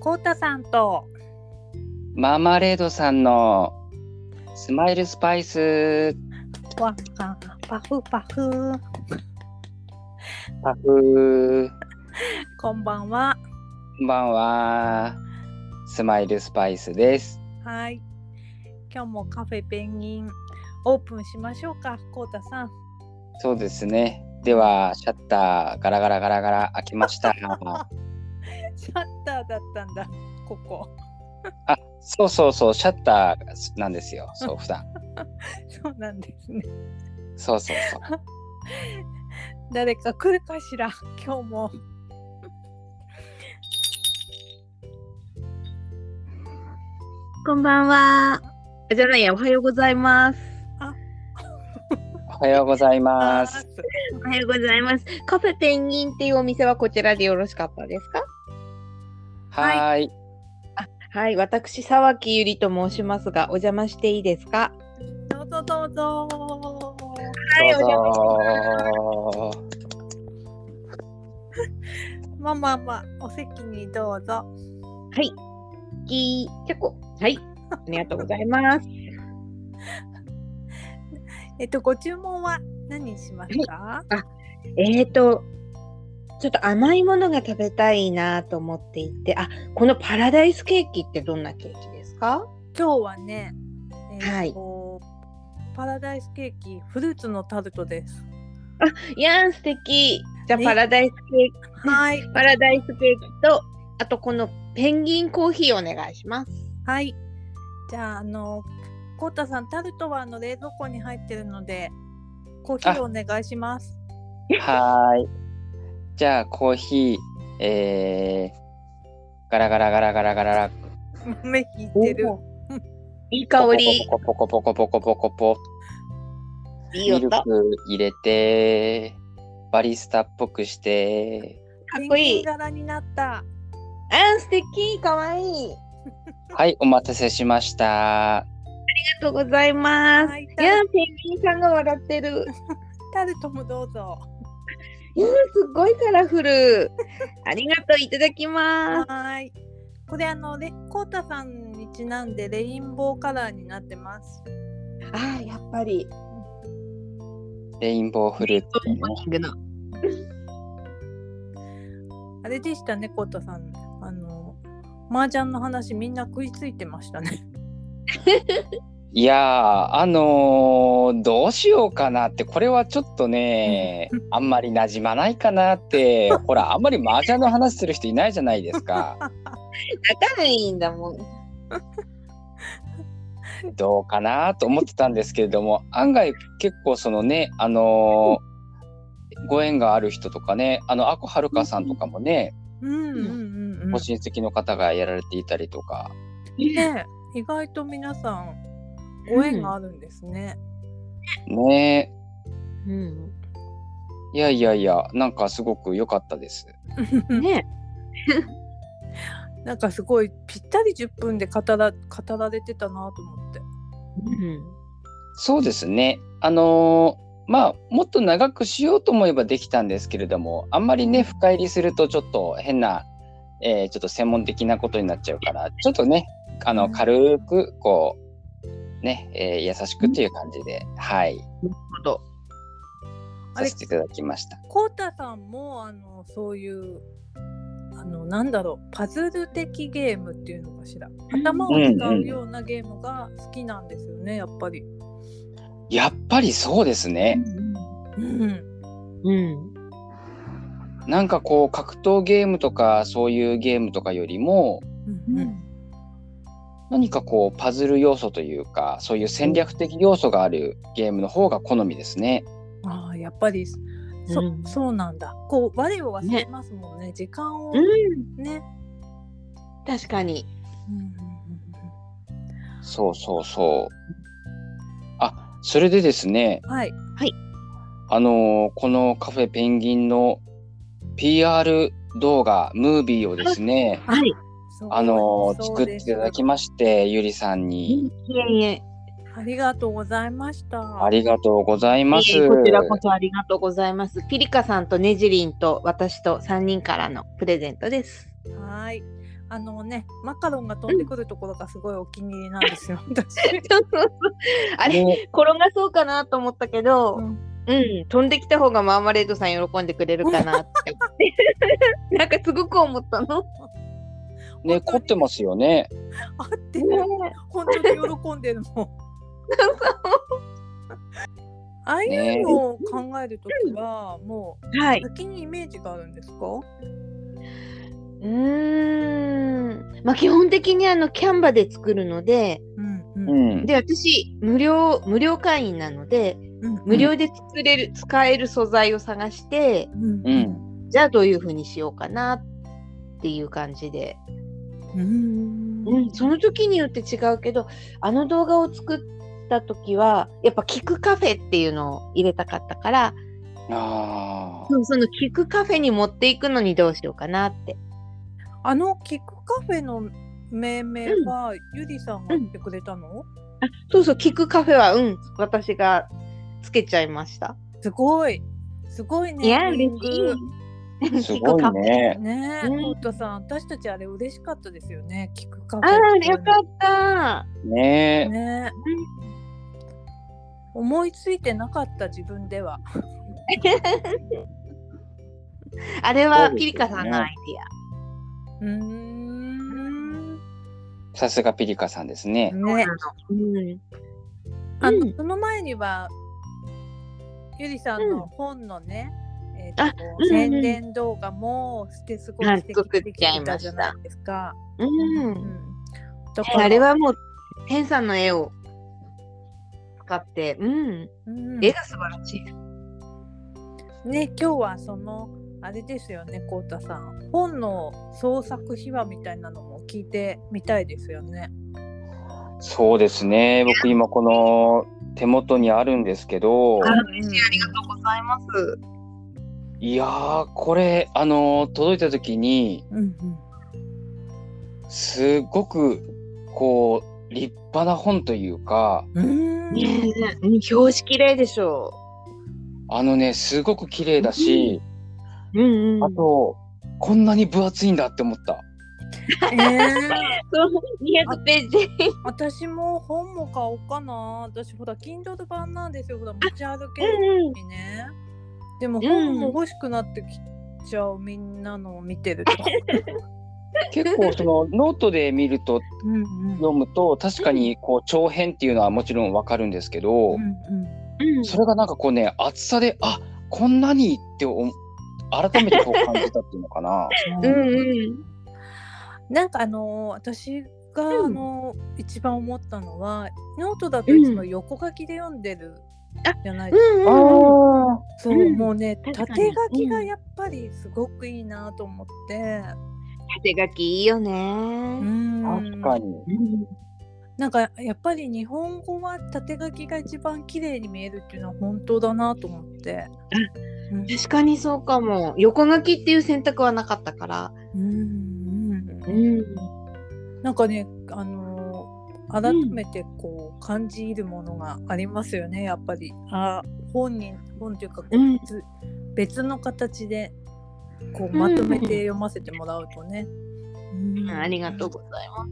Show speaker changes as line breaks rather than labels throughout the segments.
コウタさんと
マーマレードさんのスマイルスパイス
わあパフパフ
パフ
こんばんは
こんばんはスマイルスパイスです
はい今日もカフェペンギンオープンしましょうかコウタさん
そうですねではシャッターガラガラガラガラ開きました
シャッターだったんだここ
あそうそうそうシャッターなんですよそう普段
そうなんですね
そうそうそう
誰か来るかしら今日も
こんばんは。あじゃないや、おはようございます。
おはようございま
あ
す
おはようございます。カフェペンギンっていうお店はこちらでよろしかったですか
はい
はーい
はい、私、沢木ゆりと申しますが、お邪魔していいですか
どうぞどうぞ
はい
どうぞ
まあまあまあお席にどうぞ
はい。キーチョコ。はい。ありがとうございます。
えっとご注文は何にしますか
えーと、ちょっと甘いものが食べたいなと思っていて、あ、このパラダイスケーキってどんなケーキですか
今日はね、え
は
ー
い
とパラダイスケーキフルーツのタルトです
いやー、素敵。じゃあ、
ね
パラダイスケーキ、
はい
パラダイスケーキと、あとこのペンギンコーヒーお願いします。
はいじゃああのコウタさんタルトはあの冷蔵庫に入ってるのでコーヒーお願いします
はーい。じゃあコーヒー、えー、ガラガラガラガラガラガラ。
目引いてる
いい香り。
ポコポコポコポコポコポコ。
いい
ミル
音。
ク
かっ
入れて、バリスタっぽくして、
ペ
こ
ン
い
ギン
い。
柄になった
あん、素敵。かわいい。あ
はい、お待たせしました。
りがとうございます。
はい
いやー、ペンギンさんが笑って る。
タルトもどうぞ
いやー、すっごいカラフル。ありがとう。いただきます。
はいこれあのレコウタさんにちなんでレインボーカラーになってます
あー、やっぱり。
レインボーフルーツ、ね。
モーニングの。
あれでしたねコウタさんあの麻雀の話みんな食いついてました ね
いやー、あのー、どうしようかなって、これはちょっとね
う、
あんまり馴染まないかなって、ほら、あんまり麻雀の話する人いないじゃないですか。
仲がいいんだもん。
どうかなと思ってたんですけれども案外結構そのねあのーご縁がある人とかねあのアコはるかさんとかもね、
うんうんうんうん
ご親戚の方がやられていたりとか
ね意外と皆さんご縁があるんですね。
ね
うん。
いやいやいやなんかすごく良かったです。
ね。
なんかすごいぴったり10分で語ら語られてたなと思って。
うん。
そうですねあのーまあもっと長くしようと思えばできたんですけれどもあんまりね深入りするとちょっと変な、えーちょっと専門的なことになっちゃうからちょっとねあ
う
の
ん
軽くこうね、えー優しくという感じで、はい
あ
さ
れ
せていただきました。
コータさんもあのそういうあのなんだろうパズル的ゲームっていうのかしら頭を使うようなゲームが好きなんですよねやっぱり。
やっぱりそうですね
うん、
うん。
なんかこう格闘ゲームとかそういうゲームとかよりも
うんうん
何かこうパズル要素というかそういう戦略的要素があるゲームの方が好みですね。
ああやっぱりそ,、
うん
そうなんだこう我を忘れますもんね時間をね、
うん。
うんうん
確かに。
うん
そうそうそう。あそれでですね
うん、はい
あのーこのカフェペンギンの PR 動画ムービーをですね
はい。
そう
あのー
そう
作
で
ってい
す
ただきましてゆりさんに
いえいえ。
ありがとうございました。
ありがとうございます。
いえいえこちらこそありがとうございます。ピリカさんとネジリンと私と3人からのプレゼントです。
はい。あのねマカロンが飛んでくるところがすごいお気に入りなんですよ。私。
あれ、
ね
転がそうかなと思ったけど、
う
うんん、飛んできた方がマーマレードさん喜んでくれるかな って。なんかすごく思ったの。
ね、凝ってますよね。
あってる本当に喜んでるもん。 ああいうのを考えるときは、も
は
う
い。
先にイメージがあるんですか？
うーん。まあ基本的にあのキャンバで作るので、
うんう
うんん。
で私無料無料会員なので
うん
無料で作れる、使える素材を探して、
うん
うん。
じゃあどういう風にしようかなっていう感じで、
うん
うん、その時によって違うけどあの動画を作った時はやっぱ聞くカフェっていうのを入れたかったから
ああ。
そうその聞くカフェに持っていくのにどうしようかなって
あのキックカフェの命名は、ゆりさんが言ってくれたの？
あそうそう聞くカフェはうん私がつけちゃいました
すごいすごいね。
い
ネー
や
ミン
嬉
グ
しい
すごいね。
ねえ、
うん
コットさん、私たちあれ嬉しかったですよね。キックカフ
あ
ェっていうの。
ーよかった
ね
ねえ思いついてなかった自分では。
あれはピリカさんのアイディア
うーん。
さすがピリカさんですね。
ね。
うん、
あの、
うん
その前にはゆりさんの本のね、えーと
あ
こう
うんうん
宣伝動画もしてすごい素敵にできていたじゃないですか。
う、
うんんだから
あれはもう天さんの絵を使って、うん、
うん
絵が素晴らしい。
ね今日はそのあれですよねこうたさん本の創作秘話みたいなのも聞いてみたいですよね。
そうですね。僕今この手元にあるんですけど、
あ
嬉しい
ありがとうございます。
いやー、これ、あのー届いた時に、
うん
すごく、こう、立派な本というか、
うん。うん
ねえ、うん表紙綺麗でしょ
あのね、すごく綺麗だし、
う。うんうん。
あと、こんなに分厚いんだって思った。
えー
そう200ページ。
私も本も買おうかな私ほら Kindle 版なんですよほら持ち歩ける
うんうん。
しねでも
うん
本も欲しくなってきちゃうみんなのを見てる と
結構、その、ノートで見ると、
うんうん
読むと、確かに、こう、長編っていうのはもちろんわかるんですけど、
うん
うん
それがなんかこうね、厚さで、あこんなにってお改めてこう感じたっていうのかな。
う
うんんうん。
なんかあのー私が、
うん
あのー一番思ったのはノートだといつも横書きで読んでるじゃないですか、
うんうん。
あ
そう、
うん
もうね
確かに
縦書きがやっぱりすごくいいなと思って、
縦書きいいよね。
うん
あ、確かに。
うん
なんかやっぱり日本語は縦書きが一番綺麗に見えるっていうのは本当だなと思って。うん
確かにそうかも。横書きっていう選択はなかったから。
うんうん
ん。
なんかね、あのー改めてこう感じるものがありますよねやっぱり。あ本人本というかこう
うん
別別の形でこうまとめて読ませてもらうとね。うん
ありがとうございます。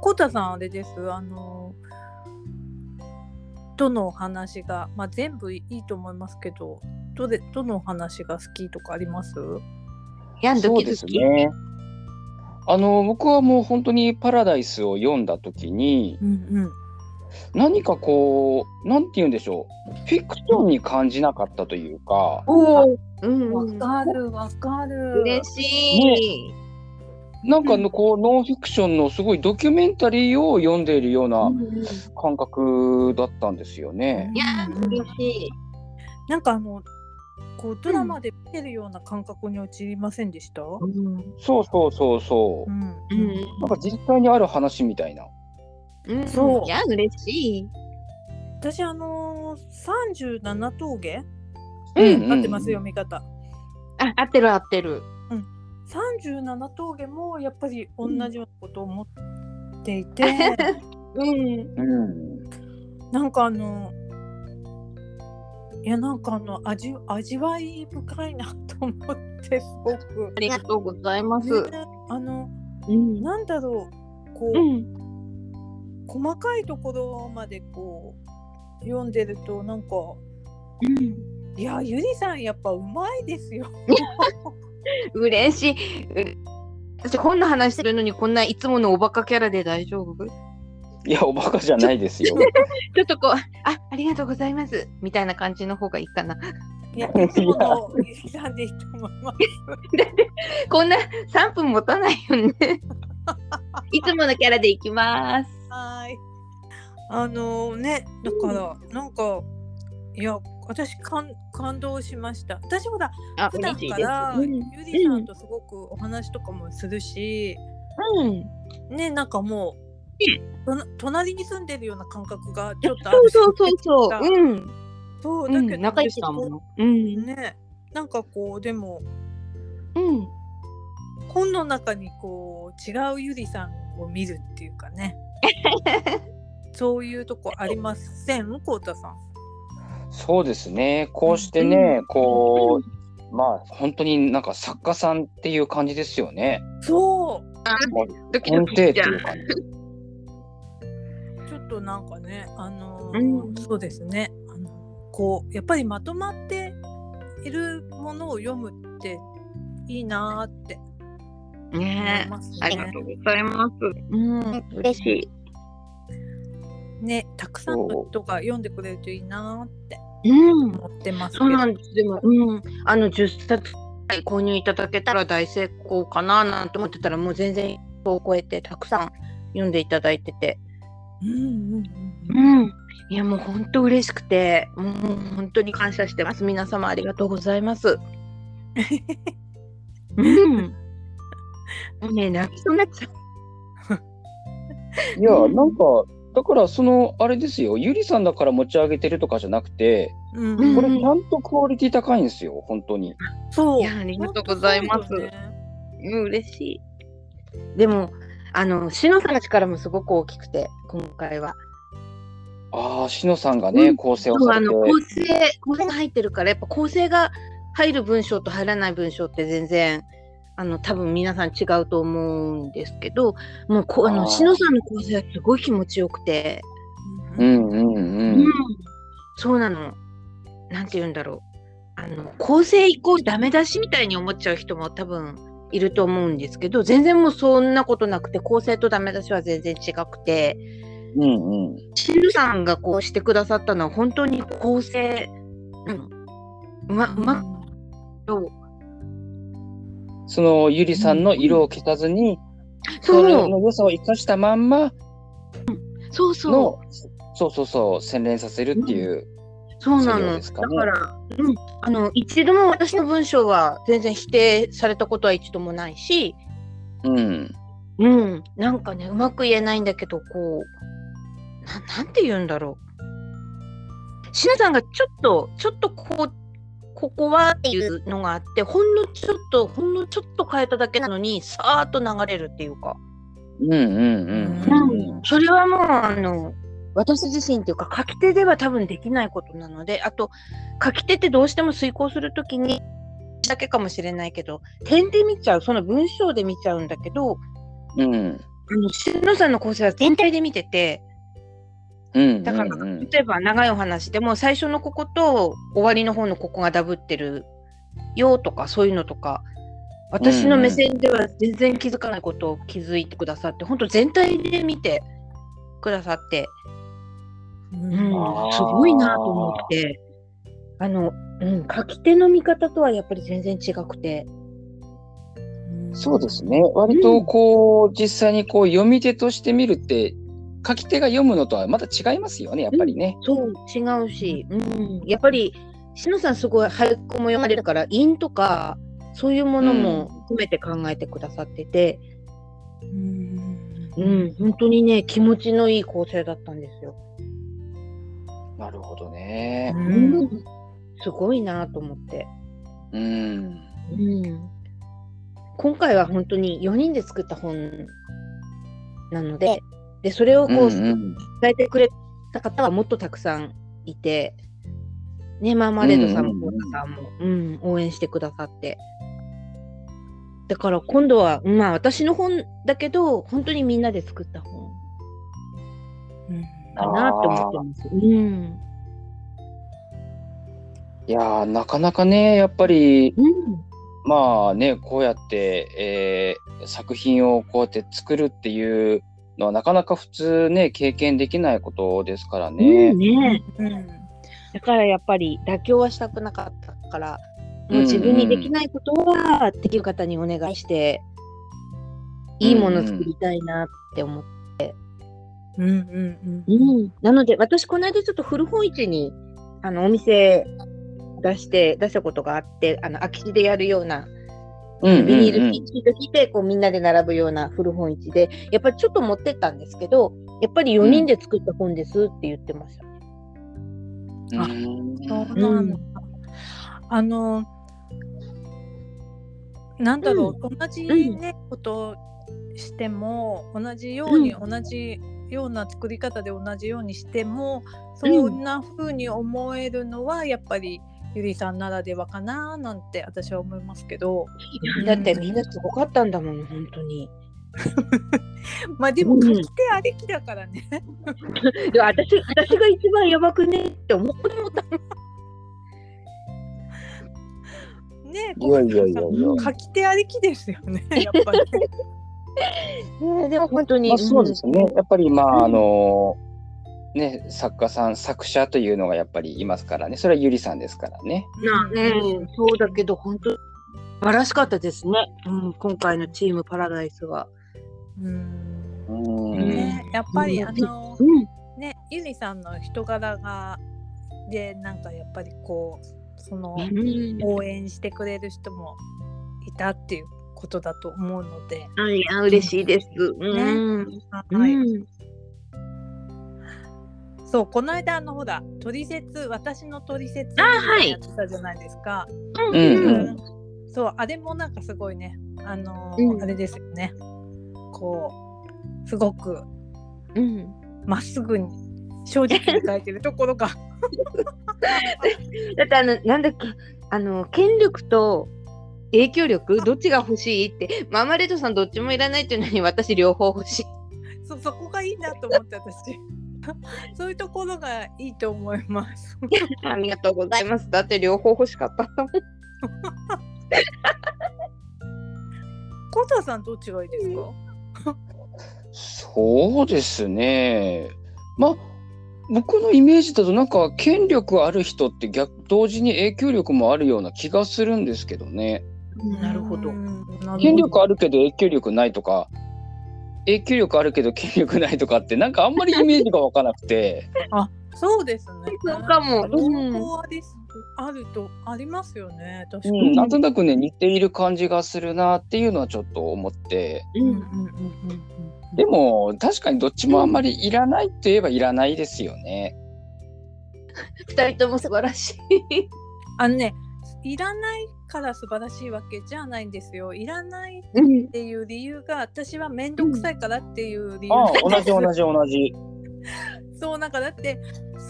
コウタさんあれですあのどのお話が、まあ、全部いいと思いますけどどれどのお話が好きとかあります
やんド
そう
キ
で
ド
す
キ。
ね。あの僕はもう本当に「パラダイス」を読んだ時に
うん
何かこうなんて言うんでしょうフィクションに感じなかったというか
おお。うん
わ
うん。
かるわかる。
嬉しい。
なんかのこうノンフィクションのすごいドキュメンタリーを読んでいるような感覚だったんですよね。
いやー、嬉しい。
なんかあのこうドラマで見てるような感覚に陥りませんでした、うん
うん。
そうそうそうそうう。
ん
なんか実際にある話みたいな。
うん。
そう
いや、嬉しい。
私あのー、37峠、
うんうん
合ってますよ見方
あ、合ってる合ってる。
37峠もやっぱり同じようなことを思っていて、
うん。
うん。
なんかあのいやなんかあの味味わい深いなと思ってすごく
ありがとうございます。
ねあの
うん
なんだろうこう、
うん。
細かいところまでこう読んでるとなんかいやゆりさんやっぱうまいです よ。
嬉しい。う私こんな話するのにこんないつものおバカキャラで大丈夫ち
いや、おバカじゃないです よ。
ょっとこう、あありがとうございますみたいな感じの方がいいかな。
いやいつものゆりさんでいいと思います。
こんな3分持たないよ ね。いつものキャラでいきます。
はい。あのねだからなんかいや私感感動しました。私ほら
あ
普段から
う
ゆ
ん
りさんとすごくお話とかもするし、
うん。
ねなんかもうとな隣に住んでるような感覚がちょっとあ
そ
る
う
し
そうそうそう。うん。
そう
う
だけど、
ん、仲良しだもの。うん。
ねなんかこうでも
うん。
本の中にこう違うゆりさんを見るっていうか ねそういうとこありませんこうたさん。
そうですね。こうしてね、こう、まあ、本当になんか作家さんっていう感じですよね。
そう
ドキド
先
キ
生っ
してちゃ
いう
う。
感じ。
ちょっとなんかねあのー
うん
そうですねあのこうやっぱりまとまっているものを読むっていいなーって思
ね
います
え。あり
ね
が。とうございます。うん。嬉しい。
ねたくさんの人が読んでくれるといいなーって
うん。
思ってますけ
そう
ど。
なんです。でも、うん、あの10冊くらい購入いただけたら大成功かななんて思ってたら、もう全然100を超えてたくさん読んでいただいてて、
うんうんうん
う
うん
ん、いやもう本当嬉しくて、もう本当に感謝してます。皆様ありがとうございます。うん。もうね、泣きそうになっちゃう。
いや、なんか、だから、その、あれですよ。ゆりさんだから持ち上げてるとかじゃなくて、
うん
うん
これちゃんとクオリティ高いんですよ。本当に。
そう。
いやありがとうございま
本
す
当そうですよね
うん、嬉しい。でも、あの、しのさんの力もすごく大きくて、今回は。
ああ、しのさんがね、
うん
構成
そ
を
う
さ
あ
れて。
の構成構成が入ってるからやっぱ構成が入る文章と入らない文章って全然あの多分皆さん違うと思うんですけどもうこう
あ
あ
ー
の篠さんの構成はすごい気持ちよくて、
う
う
ん
んうん
う
うんん。
そうなのなんて言うんだろうあの構成イコールダメ出しみたいに思っちゃう人も多分いると思うんですけど全然もうそんなことなくて構成とダメ出しは全然違くて。
うんうん。
シルさんがこうしてくださったのは本当に構成、うん、うまうまく
そのゆりさんの色を消さずに、それ
そう
の良さを生かしたまんま
そうそう
の、そうそうそう、洗練させるっていう。
そうな
そう
の、
です
だ
かね
から、うん、あの一度も私の文章は全然否定されたことは一度もないし、
うん。
うん、なんかねうまく言えないんだけどこうななんて言うんだろうシルさんがちょっとちょっとこうここはっていうのがあってほんのちょっとほんのちょっと変えただけなのにさーっと流れるっていうか。
うんうんうんうん
それはもうあの私自身というか書き手では多分できないことなのであと書き手ってどうしても遂行するときにだけかもしれないけど点で見ちゃうその文章で見ちゃうんだけど
うん。うん。
あの篠野さんの構成は全体で見てて
うん。
だから
うん
例えば長いお話でも最初のここと終わりの方のここがダブってるよとかそういうのとか私の目線では全然気づかないことを気づいてくださって本当全体で見てくださって
うん
あ
う
ー
ん、すごいなと思ってあの、うん、書き手の見方とはやっぱり全然違くて、
そうですね。割とこう、実際にこう読み手として見るって、書き手が読むのとはまた違いますよね、やっぱりね。
そう違うし、うん、やっぱりしのさんすごい俳句も読まれるから韻とかそういうものも含めて考えてくださってて、
うん
うん本当にね気持ちのいい構成だったんですよ。
なるほどね
う。
うんすごいなと思って、
うん。
うん、今回は本当に4人で作った本なのででそれをこう、
うんうん
伝えてくれた方はもっとたくさんいて、ね、マーマレードさんも、
うんうんうん
コータさんも、うん応援してくださって、だから今度は、まあ私の本だけど、本当にみんなで作った本
うん
かなって思ってます。うん。
いやーなかなかねやっぱり
うん。
まあねこうやって、えー作品をこうやって作るっていうのはなかなか普通ね経験できないことですからね。
うんね。
うん
だからやっぱり妥協はしたくなかったから、
うん
もう自分にできないことはできる方にお願いして、いいもの作りたいなって思って。
うんうん
うんなので私この間ちょっと古本市にあのお店出して出したことがあってあの空き地でやるような
うんうん
ビニー
う
ル
ん
シート引いてこうみんなで並ぶような古本市でやっぱりちょっと持ってったんですけどやっぱり4人で作った本ですって言ってました。
あ
うん
うん。そうなんだ。あの。なんだろう、同じね、こと。しても、同じように、同じ。ような作り方で同じようにしても、そんな風に思えるのはやっぱりゆりさんならではかななんて私は思いますけど、うん
だってみんなすごかったんだもん本当に。
まあでも
うん
書き手ありきだからね。
で私私が一番やばくねって思って思った
ね
いやいやいやいや
書き手ありきですよ ね。やっぱり。
ねでも本当に、
まあ、そうですね、やっぱりま
うん
ああのね作家さん作者というのがやっぱりいますからねそれはゆりさんですからね。
なね、そうだけど本当素晴らしかったですね、うん、今回のチームパラダイスは。
うん。
うん
ね、やっぱり
うん
あの
うん、
ね、ゆりさんの人柄がでなんかやっぱりこうその応援してくれる人もいたっていうことだと思うので、
はい、あ嬉しいです。うん、
は
う
い。
ん
そうこの間あのほら「トリセツ私のトリセツ」
あはい
やってたじゃないですか。
う
うん
ん
そうあれもなんかすごいねあのー、
うん
あれですよねこうすごく
うん
まっすぐに正直に書いてるところが
だってあのなんだっけあの権力と影響力どっちが欲しいってマーマレードさんどっちもいらないっていうのに私両方欲しい。
そうそこがいいなと思って私 そういうところがいいと思います。
ありがとうございます。だって両方欲しかったんだもん。
コタさんどっちがいいですか？
そうですね。まあ僕のイメージだとなんか権力ある人って逆同時に影響力もあるような気がするんですけどね。
なるほど
うんなるほど
権力あるけど影響力ないとか影響力あるけど権力ないとかってなんかあんまりイメージがわかなくて。
そうですね。
そうかも
両
うん
方ありあるとありますよね。確か
うん、
に。
なんとなくね似ている感じがするなっていうのはちょっと思って
うんう
う
ん
ん
うんうんうん。
でも確かにどっちもあんまりいらないといえばいらないですよね。
二人とも素晴らしい。
あのね、いらないから素晴らしいわけじゃないんですよ。いらないっ
うん、
ていう理由が、私は面倒くさいからっていう理由
ああ
なん
同
です
じ同じ同じ。
そう、なんかだって、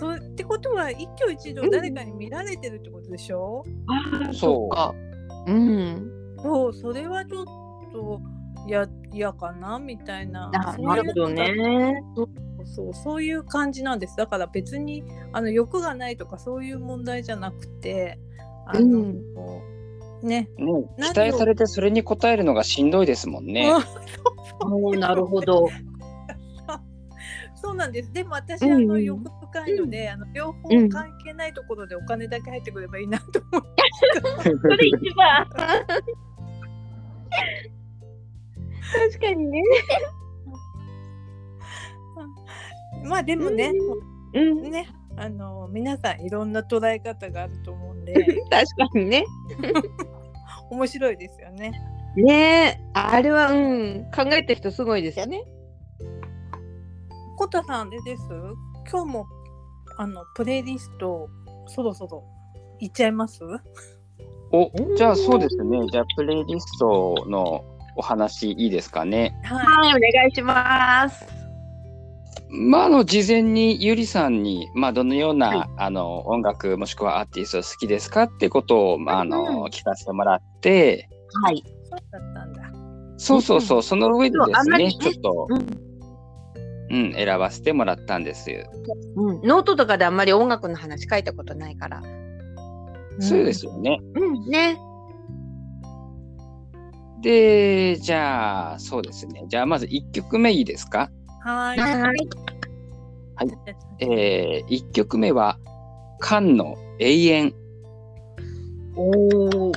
そうってことは一挙一動誰かに見られてるってことでしょ、
あ
そう
か。うん。
そう、それはちょっと、いや、嫌かなみたいな。
あ
そういう
なるほどね。
そうそういう感じなんですだから別にあの欲がないとかそういう問題じゃなくてあの、
うん
こうね
ね、期待されてそれに応えるのがしんどいですもんね。
うん
もうなるほど。
そうなんですでも私
うん
あ
うん
の欲深いので、あの両方
うん
関係ないところでお金だけ入ってくればいいなと思う、
それ一番。確かにね。
まあでもね、
うん。
ねあの皆さんいろんな捉え方があると思うんで
確かにね。
面白いですよね。
ねえ、あれはうん、考えた人すごいですよね。
コタさんあれです今日もあのプレイリストそろそろいっちゃいます
おじゃあそうですねじゃあプレイリストのお話いいですかね。
はい
はい、お願いします。
まああの事前にゆりさんに、まあ、どのような、
はい
あの音楽もしくはアーティスト好きですかってことを、まあ、あ
うんうん
の聞かせてもらって。
はい。
そうだったん
そうそうそう、その上でで
あん
す
まり
ね、
ね
ちょっと、
うん
うん、選ばせてもらったんです。
うん、ノートとかであんまり音楽の話書いたことないから。
そうですよね。
うん、ね。
で、じゃあ、そうですね。じゃあ、まず1曲目いいですか
はい。
はい。
えー、1曲目は、カンの永遠。
おお。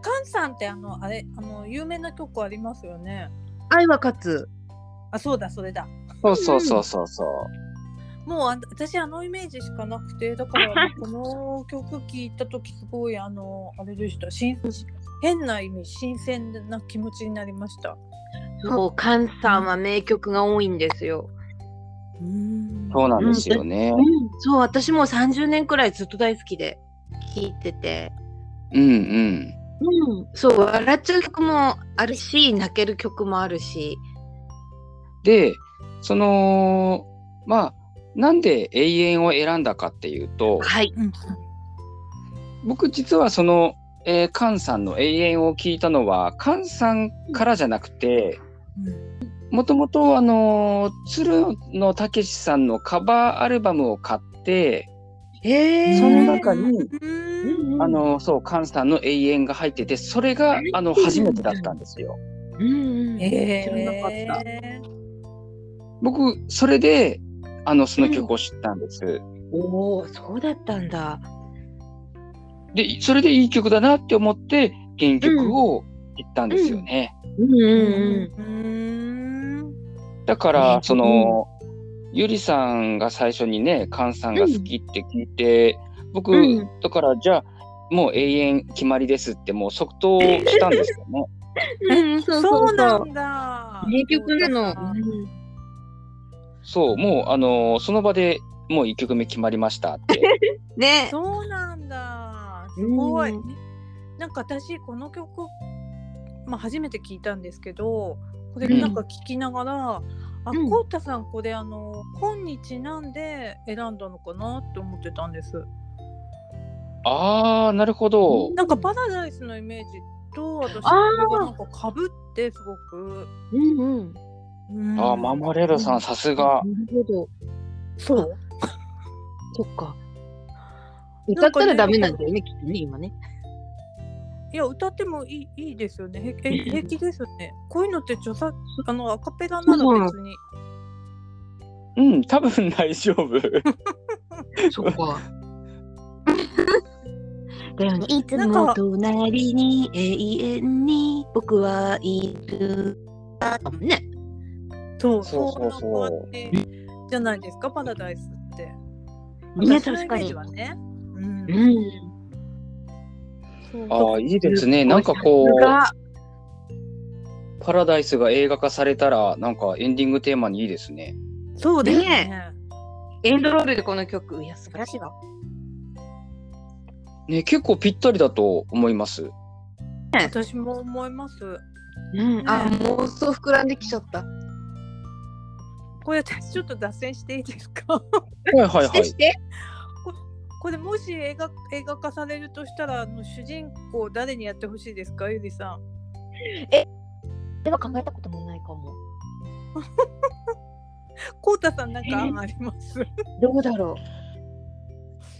カンさんってあのあれあの有名な曲ありますよね。
愛は勝つ。
あそうだそれだ。
そうそうそうそうそう。
もうあ私あのイメージしかなくてだからこの曲聴いた時すごいあのあれでした新変な意味新鮮な気持ちになりました。
そう、カンさんは名曲が多いんですよ。
うん
そうなんですよね。
うん、そう、私も30年くらいずっと大好きで聴いてて。
うんうん。
うん、そう、笑っちゃう曲もあるし、泣ける曲もあるし。
で、その、まあ、なんで永遠を選んだかっていうと、
はい。
うん
僕実はその、えー、カンさんの永遠を聞いたのは、カンさんからじゃなくて、
うん
もともとあのー、鶴野武さんのカバーアルバムを買って、
へ
その中に、
うん
あ、のー、そう、カンさんの永遠が入ってて、それが、あの、初めてだったんですよ。
うんうん、知
え
らなかった。
え
僕、それで、あの、その曲を知ったんです。
おお、そうだったんだ。
で、それでいい曲だなって思って、原曲を言ったんですよね。
うんうん
うん
だか
う
ら
ん、
その、ゆりさんが最初にね、カンさんが好きって聞いて、僕、
うん
だから、じゃあ、もう永遠決まりですって、もう即答したんですよね。
うん。 うん、そうそう
そうな
そ
んだ。
う。名曲なの。
そう
そう、もう、あのーその場でもう1曲目決まりました って。
ね。
そうなんだ。すごい。
うん
なんか私この曲、まあ、初めて聞いたんですけどこれ
うん
なんか聞きながら、あ
うん
こうたさんこれあの本にちなんで選んだのかなって思ってたんです。
あー、なるほど。
なんかパラダイスのイメージと私こ
あー
れがなんかかぶってすごく。
うんうん。
うん
あー、ママレードさん、さすが
な。るほど。
そう
そっか。歌
な
っ
んかね
たらダメなんだよね、きっとね、今ね。
いや歌ってもいいいいですよねへ
うん
へ平気ですよねこういうのって著作あのアカペラなら別に
うん、多分大 丈夫。
そっ か。だよね。いつ
なん
も
か
隣に永遠に僕はいる。だもんね。
そう
そう
そう
そう
そう
そう
じゃないですかパラダイスって。
ね、
私のイ
確
メ
か
ージ
に。
はね。う。
うんん。
そう
ああ、いいですね。なんかこう、パラダイスが映画化されたら、なんかエンディングテーマにいいですね。
そうですね
ね。エンドロールでこの曲、いや、素晴らしいわ。
ね、結構ぴったりだと思います。
私も思います。
うん、あ、妄想膨らんできちゃった。
これ私ちょっと脱線していいですか。
はいはいは
して
い
し。て。
これもし映画映画化されるとしたらあの主人公誰にやってほしいですかゆりさん。
では考えたこともないかも。
こうたさんなんか案あります。
どうだろ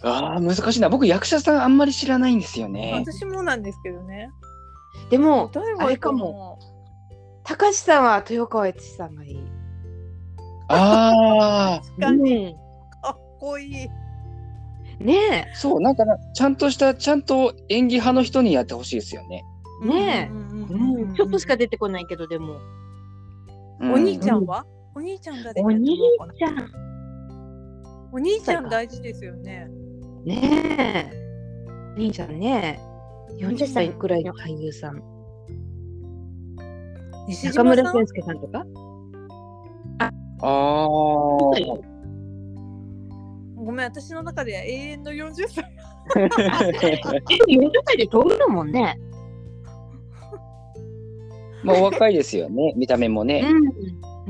ああ、難しいな。僕、役者さんあんまり知らないんですよね。
私もなんですけどね。
う。でも、
誰
あ
がい
れ
いか
か
な
も。たかしさんは豊川悦司さんがいい。
あ
確かに
ね
かっこいい。
え。ね
あ、そう、なんかな、ちゃんとした、ちゃんと演技派の人にやってほしいですよね。
ねえ
うん
え。
うんうん
う。
うんん
ちょっとしか出てこないけど、でも。
う
お兄ちゃ
ん。
んは？お兄ちゃん誰
お
にやってもらおう
兄
かな
ちゃん。
お兄ちゃん大事ですよね。
ねえ。お兄ちゃんね。40歳くらいの俳優さん。
西
中
島
村
さん
俊介さんとか。
ああ。
ごめん私の中では永遠の40歳
40歳で飛ぶのもんね。
まあ、お若いですよね。見た目もね。
う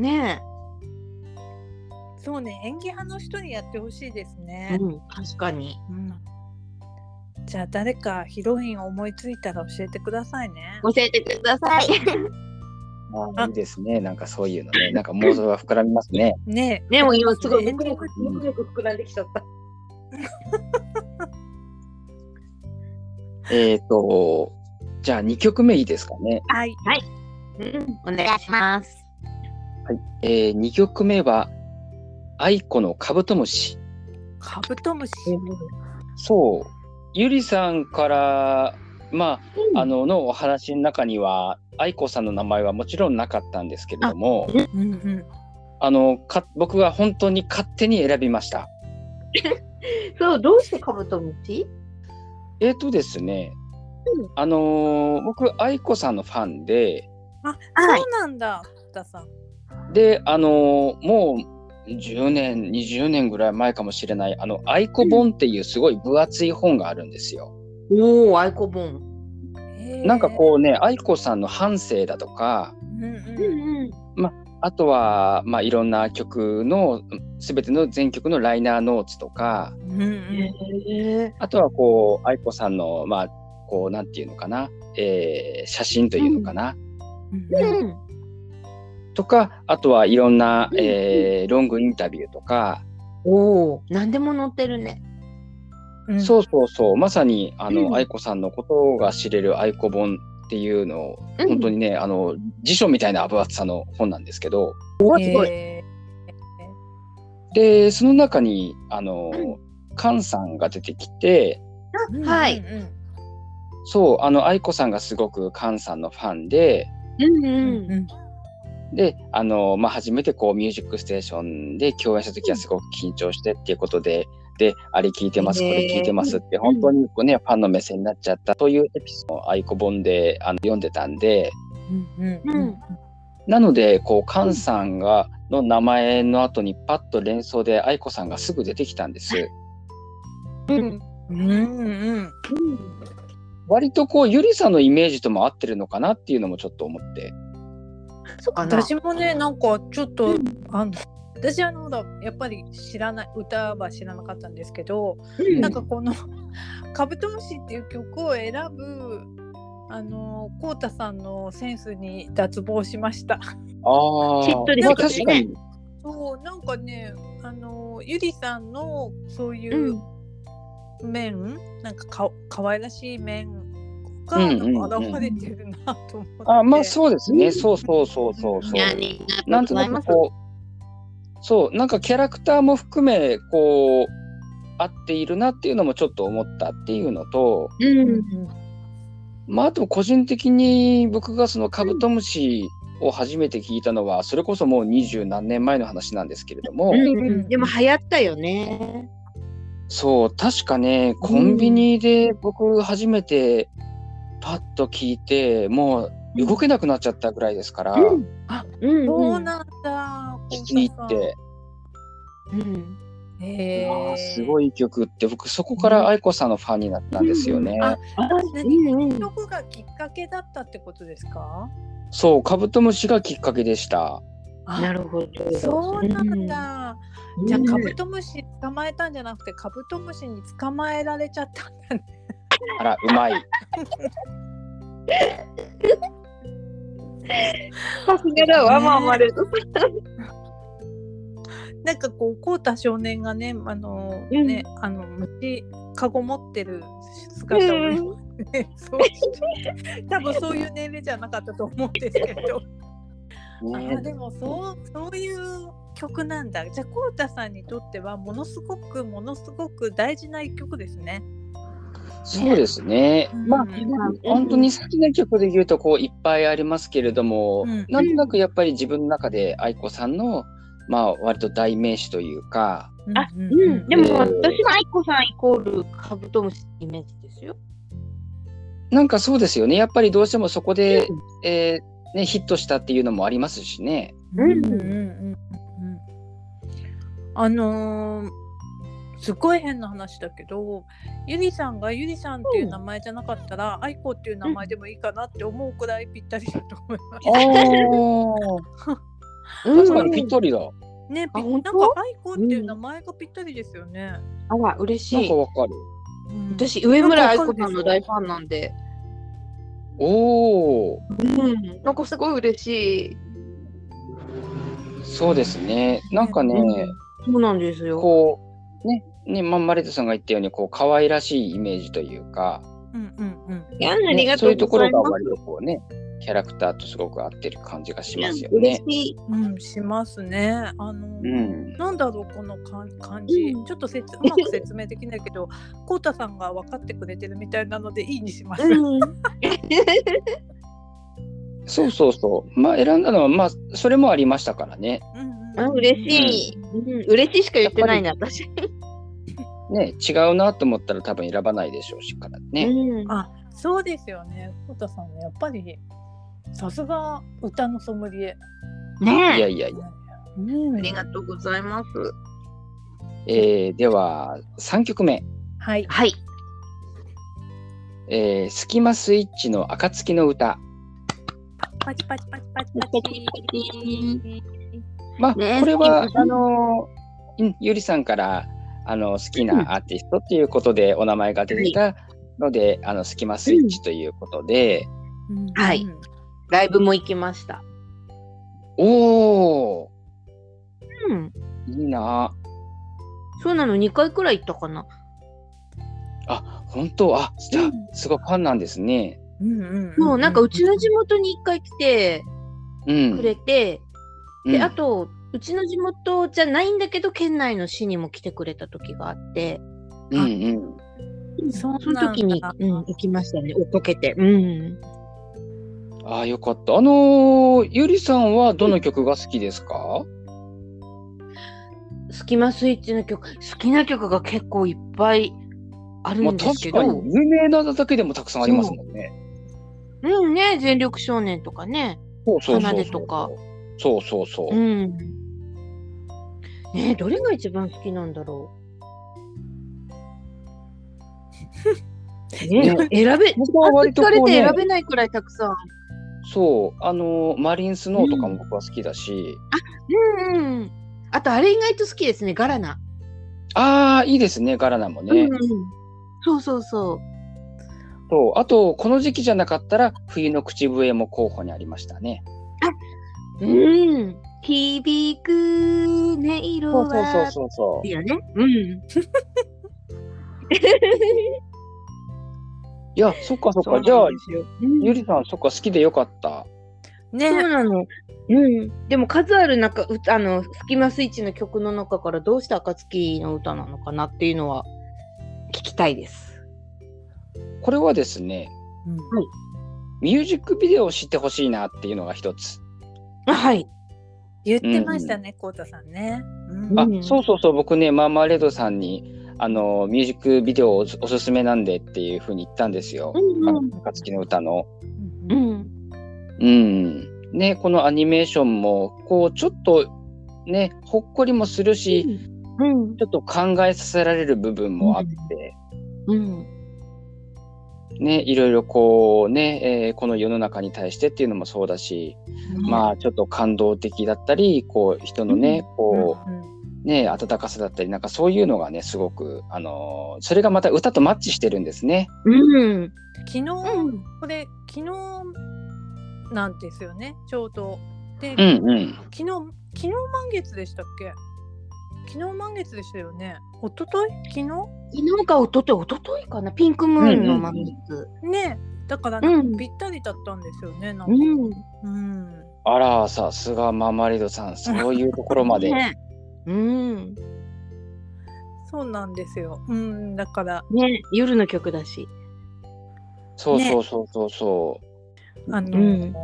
ん。ね
そうね演技派の人にやってほしいですね、
え。うん、確かに。
うんじゃあ誰かヒロインを思いついたら教えてくださいね。
教えてくださ
あ
い。
いいですね。なんかそういうのね。なんか妄想が膨らみますね。
ねえ
ね、もう今すごい
エン
僕
ディン
ら
グ
が僕らが膨らんできちゃった。
えっ、と、じゃあ2曲目いいですかね。
はい。
うん、お願いします。
え2曲目は、愛子のカブトムシ。
カブトムシ。
そう。ゆりさんから、まあ、あの、のお話の中には、愛子さんの名前はもちろんなかったんですけれども、
うんうん。
あの、か僕が本当に勝手に選びました。
そう、どうしてカブトムシ
えっ、とですね、
うん
あのー僕、愛子さんのファンで、
あ、
はい
そうなんだ。福田さん。
で、あのーもう10年、20年ぐらい前かもしれない、あの、愛子本っていうすごい分厚い本があるんですよ。
おお、アイコボン。
へえ
なんかこうね、愛子さんの半生だとか、
うん
う
うん。
んうん。
あとは、まあ、いろんな曲の、すべての全曲のライナーノーツとか、
うんうん。
え。
あとはこう、愛子さんの、まあ、こう、なんていうのかな、えー写真というのかな、
うん
ん。
とか、あとはいろんな、
うん
えーロングインタビューとか、
おお、何でも載ってるね。
うん。
そうそうそう、まさにあの、
うん
愛子さんのことが知れる愛子本っていうのを、
うん
本当にね、あの辞書みたいな分厚さの本なんですけど、
お
へえ。
すごい。
で、その中に、あの
う、
菅さんが出てきて、
うんうんうん
はい。。
そう、あの愛子さんがすごく菅さんのファンで、
うん
う
うん
うん。
で、あの、まあ、初めてこう、ミュージックステーションで共演した時はすごく緊張してっていうことで、で、あれ聞いてます、こ
ねえ
れ聞いてますって、本当にこうね、ファンの目線になっちゃったというエピソード、アイコ本であの読んでたんで、
うん
う
うんん。
なので、こう、カンさんが、の名前の後にパッと連想で愛子さんがすぐ出てきたんです。
うん。
うんうん。
割とこう、ゆりさんのイメージとも合ってるのかなっていうのもちょっと思って。
そっかな。
私もねなんかちょっと、あの私あのほらやっぱり知らない歌は知らなかったんですけど、
うん
なんかこの「カブトムシ」っていう曲を選ぶあのコウタさんのセンスに脱帽しました。
ああ。
しっとり
まあ
して
確
る
か
ね
に。
そうなんかねあのゆりさんのそういうう面、なんかか可愛らしい面が
うんうん
なんか現れてるなと思って。
あまあそうですね。
うん
そうそうそうそうそう。
いやね
なんと
ござい
な
ま
く
す。
こう、そう、なんかキャラクターも含め、こう、合っているなっていうのもちょっと思ったっていうのと、
う
うん
ん。
うん
まあ、あと個人的に僕がそのカブトムシを初めて聞いたのは、それこそもう二十何年前の話なんですけれども、
うんうん、でも流行ったよね。
そう、確かね、コンビニで僕初めてパッと聞いて、もう動けなくなっちゃったぐらいですから、
う
聞
ん。あ、うん、
そうなんだ。
きに行っ
コウタ
て。
うん。
さん。へえ。
あーすごい曲って僕そこから愛子さんのファンになったんですよね。
あ
あ、
何
うん。
曲がきっかけだったってことですか？
そうカブトムシがきっかけでした。
なるほど。
そうなん。だ。
うん
じゃあカブトムシ捕まえたんじゃなくてカブトムシに捕まえられちゃったんだね。
あらうまい。
さすがだわ、まあ、まる。
なんかこうコウタ少年がねあの
うん
ね、あの虫かご持ってる姿をね、そうして多分そういう年齢じゃなかったと思うんですけ ど。あ
ね、
でもそうそういう曲なんだ。じゃあコウタさんにとってはものすごくものすごく大事な一曲ですね。
そうですね。まあ本当に好きな曲で言うとこういっぱいありますけれども、
うん
なんとなくやっぱり自分の中で愛子さんのまあ割と代名詞というか、
あ
うんうんう
うんん、でも、私は愛子さんイコールカブトムシイメージですよ。
なんかそうですよね。やっぱりどうしてもそこで、えーねヒットしたっていうのもありますしね。
うん
ん
うんうんうんうんあのーすごい変な話だけどゆりさんがゆりさんっていう名前じゃなかったら愛子、っていう名前でもいいかなって思うくらいぴったりだと思いま
ああ。
う
確かにぴったりだ。
す。ね、ぴ
あ
なん
本
か
当
愛子っていう名前がぴったりですよね。
あら、嬉し
なん
い
か。わかる。
うん
私、上村愛子さんの大ファンなんで、
おお、
うん、なんかすごい嬉しい。
そうですね。なんかね、
うんそうなんですよ。
こう、ね、ね、まあ、マレトさんが言ったように、こう、可愛らしいイメージというか、
うんうんうん
いやあり
ね
が
そうい
と
う
う
と
ご
こ
ざ
ろ
い
が
ます。
割とこうね、キャラクターとすごく合ってる感じがしますよ
嬉
ね
し。い。
うん、しますね。あの、
うん。
なんだろうこのかん感じ、
うん
ちょっとせつうまく説明できないけど、こうたさんが分かってくれてるみたいなのでいいにします。
うん。
そうそうそう。まあ、選んだのは、まあ、それもありましたからね。
うんうん
あ 嬉しい、うん。嬉しいしか言ってないな、私。
ね、違うなと思ったら多分選ばないでしょうしからね。
うん
あ、そうですよね。こうたさんはやっぱりさすが歌のソムリエ。
いや
ねえ。
いやいや。
うん
ありがとうございます。
えーでは、3曲目。
はい。
はい。
えー、スキマスイッチの暁の歌。
パチパチパチパチパチ。
まあ、
ね
これは
好き、です
あのーうん、ゆりさんから、あの、好きなアーティストっていうことでお名前が出てたので、あの、スキマスイッチということで、
うん
はいライブも行きました。
おー、
うん。
いいな
そうなの、2回くらい行ったかな。
あ、本当あ、じゃ
う
あ、すごいファンなんですね。
うんうんうん。
もうなんかうちの地元に1回来て
うん。
くれて、
うん
で、あと、うちの地元じゃないんだけど、県内の市にも来てくれた時があって、
うんうん。
そ
そ
な
う
んだ
の時に、うん、行きましたね、追っかけて。うん。
あーよかった。あのー、ゆりさんはどの曲が好きですか、
スキマスイッチの曲、好きな曲が結構いっぱいある
まあ、
んです
確
け
か
ど、
に有名なだけでもたくさんありますもんね。
うんね、全力少年とかね。
そうそうそうそう。
花でとか。
そうそうそう。
うん。ねどれが一番好きなんだろう。ね 選べ、
僕は割とこ
疲れ
う、
て
ね、
選べないくらいたくさん。
そう、あのーマリンスノーとかも僕は好きだし、
うんうん。あと、あれ意外と好きですね、ガラナ。
ああ、いいですね、ガラナもね。
うんうん。そうそうそう。
そうあと、この時期じゃなかったら、冬の口笛も候補にありましたね。
うん。響く音色
そう
は。
そうそうそうそ
いいよね。うん。
う。いや、そっ かそっ
そうな
か。
ん
じゃあ
で、すようん
ゆりさん、そっか、好きでよかった。
ね。
そうなの。うん。でも数ある中、うあの、スキマスイッチの曲の中からどうして暁の歌なのかなっていうのは聞きたいです。
これはですね、
うん
ミュージックビデオを知ってほしいなっていうのが一つ。
あはい。
言ってましたね、こうたさんね。うん
あ、
うん
そうそうそう、僕ね、マーマレードさんに、あのーミュージックビデオおすおすすめなんでっていうふうに言ったんですよ。
うん
あ
う
の
ん。
暁の歌の。
うん
うん。
うん。ね、このアニメーションも、こう、ちょっと、ね、ほっこりもするし、
うん。
ちょっと考えさせられる部分もあって、
うん。
ね、いろいろこう、ね、えーこの世の中に対してっていうのもそうだし、まあ、ちょっと感動的だったり、こう、人のね、こ
うん
う、ね、温かさだったり、なんかそういうのがね、すごく、あのーそれがまた歌とマッチしてるんですね。
うん。
昨日、
うん。
これ昨日なんですよねちょうど。で、
うんうん。
昨日昨日満月でしたっけ昨日満月でしたよね一昨日昨
昨日か一昨日一昨日かなピンクムーンの満月。
日ねだから
う
なん
ん
かぴったりだったんですよねなん
う
か、
ん。
うん
あら、さすがママレードさん、そういうところ まで。
ねうん。
そうなんですよ。うんだから
ね夜の曲だし。
そうそうそうそうそう。
あの、
うん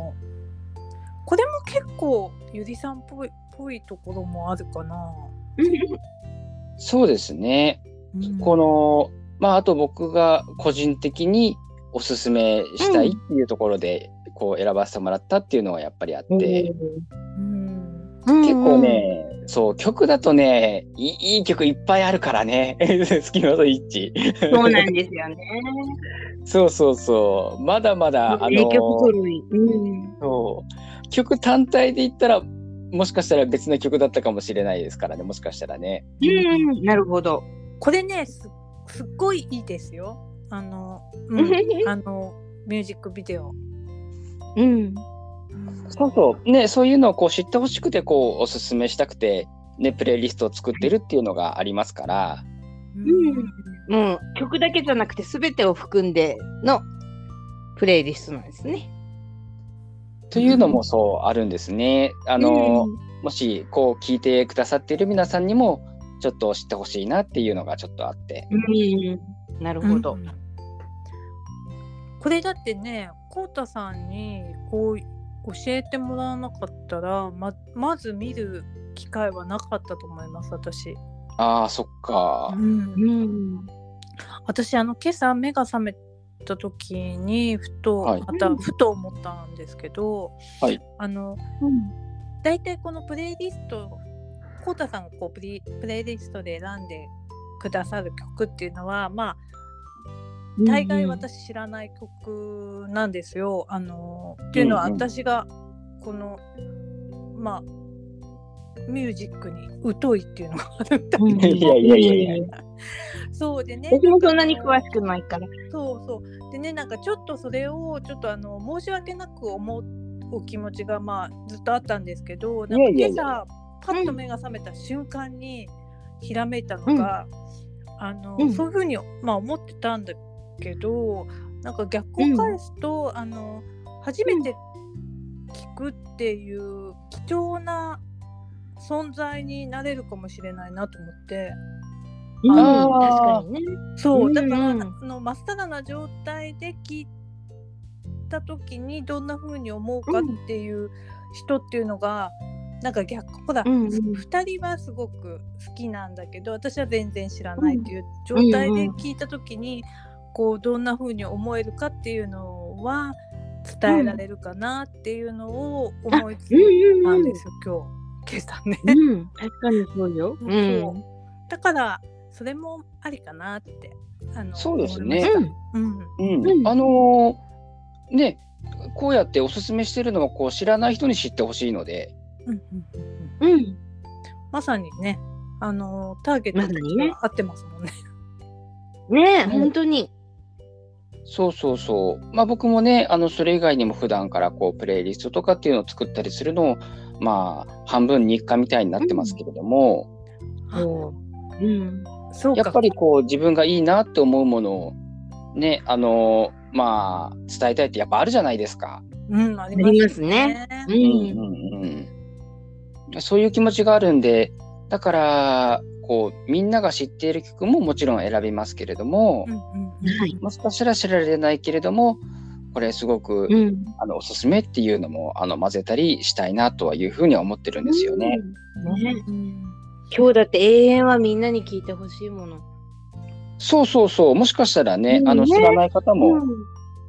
これも結構ゆりさんっぽいぽいところもあるかな。
そうですね。
うん
この、まあ、あと僕が個人的におすすめしたいっていうところで、こう選ばせてもらったっていうのはやっぱりあって、
うん
結
結構。ね、そう、曲だとねいい、いい曲いっぱいあるからね、 スキマスイッチ。
そうなんですよね。
そうそうそう、まだまだ、 あ
名曲
の、
揃い。うん。
そう曲単体で言ったら、もしかしたら別の曲だったかもしれないですからね、もしかしたらね。
うん。なるほど。
これねすすっごいいいですよあの、う、
うんん
あのミュージックビデオ。
うん
そうそう。ね、そういうのをこう知ってほしくて、こう、おすすめしたくて、ね、プレイリストを作ってるっていうのがありますから、
うん
もう曲だけじゃなくて全てを含んでのプレイリストなんですね。
というのもそうあるんですね。あ
あ
の、もし、こう、聞いてくださっている皆さんにも、ちょっと知ってほしいなっていうのがちょっとあって。
なるほど。
これだってねこうたさんにこう教えてもらわなかったらままず見る機会はなかったと思います私、
ああ、そっか。
うん
私あの今朝目が覚めた時にふと、
はい
またふと思ったんですけど、
はい
あの大体このプレイリストこうたさんがこうプリプレイリストで選んでくださる曲っていうのはまあ大概私知らない曲なんですよ。あのっていうのは
うんうん
私がこの、まあミュージックに疎いっていうのがあるみたい
うん
で、
いやいやいやいや。
そうでね
僕もそんなに詳しくないから。
そうそうでねなんかちょっとそれをちょっとあの申し訳なく思う気持ちがまあずっとあったんですけどなんか
いや
今
いやいや
朝パッと目が覚めた瞬間にひらめいたのが、あの
うん
そういうふうに、まあ、思ってたんだけどなんか逆を返すと、あの初めて聞くっていう貴重な存在になれるかもしれないなと思って。
うん確
あー
かにね。
そううんだから、
うん
あのまっさらな状態で聞いた時にどんな風に思うかっていう人っていうのが、なんか逆ほら、
うんうん
2人はすごく好きなんだけど私は全然知らないっていう状態で聞いた時に、こうどんな風に思えるかっていうのは伝えられるかなっていうのを思いつ
うん
い
うん
た
うんん
ですよ、今日今朝ね。
うん、確かにそうよ。
そうだからそれもありかなってあの
そうですね
思いまし
ん
たうん
うん。
うん
あのーね、こうやっておすすめしてるのは、こう、知らない人に知ってほしいので、
うんうん
うん、
まさにね、あのターゲッ
ま
ト
さにね
に合ってますもんね。
ねえ、本当に。
そうそうそう。まあ僕もね、あの、それ以外にも普段からこう、プレイリストとかっていうのを作ったりするのを、まあ、半分日課みたいになってますけれども、
うん、
そうか。
やっぱりこう、自分がいいなって思うものを、ね、あの、まあ、伝えたいってやっぱあるじゃないですか。
うん、あり
あり
ま
ますす
ね
ね。う、
うんんうん。そういう気持ちがあるんで、だから、こう、みんなが知っている曲ももちろん選びますけれども
う、んうんうん
はい
もしかしたら知られないけれども、これすごく
うん。
あのおすすめっていうのもあの混ぜたりしたいなとはいうふうには思ってるんですよね。
ね
うん
今日だって永遠はみんなに聞いてほしいもの。
そうそうそうもしかしたらね、
うん
あの
ね
知らない方も
ん、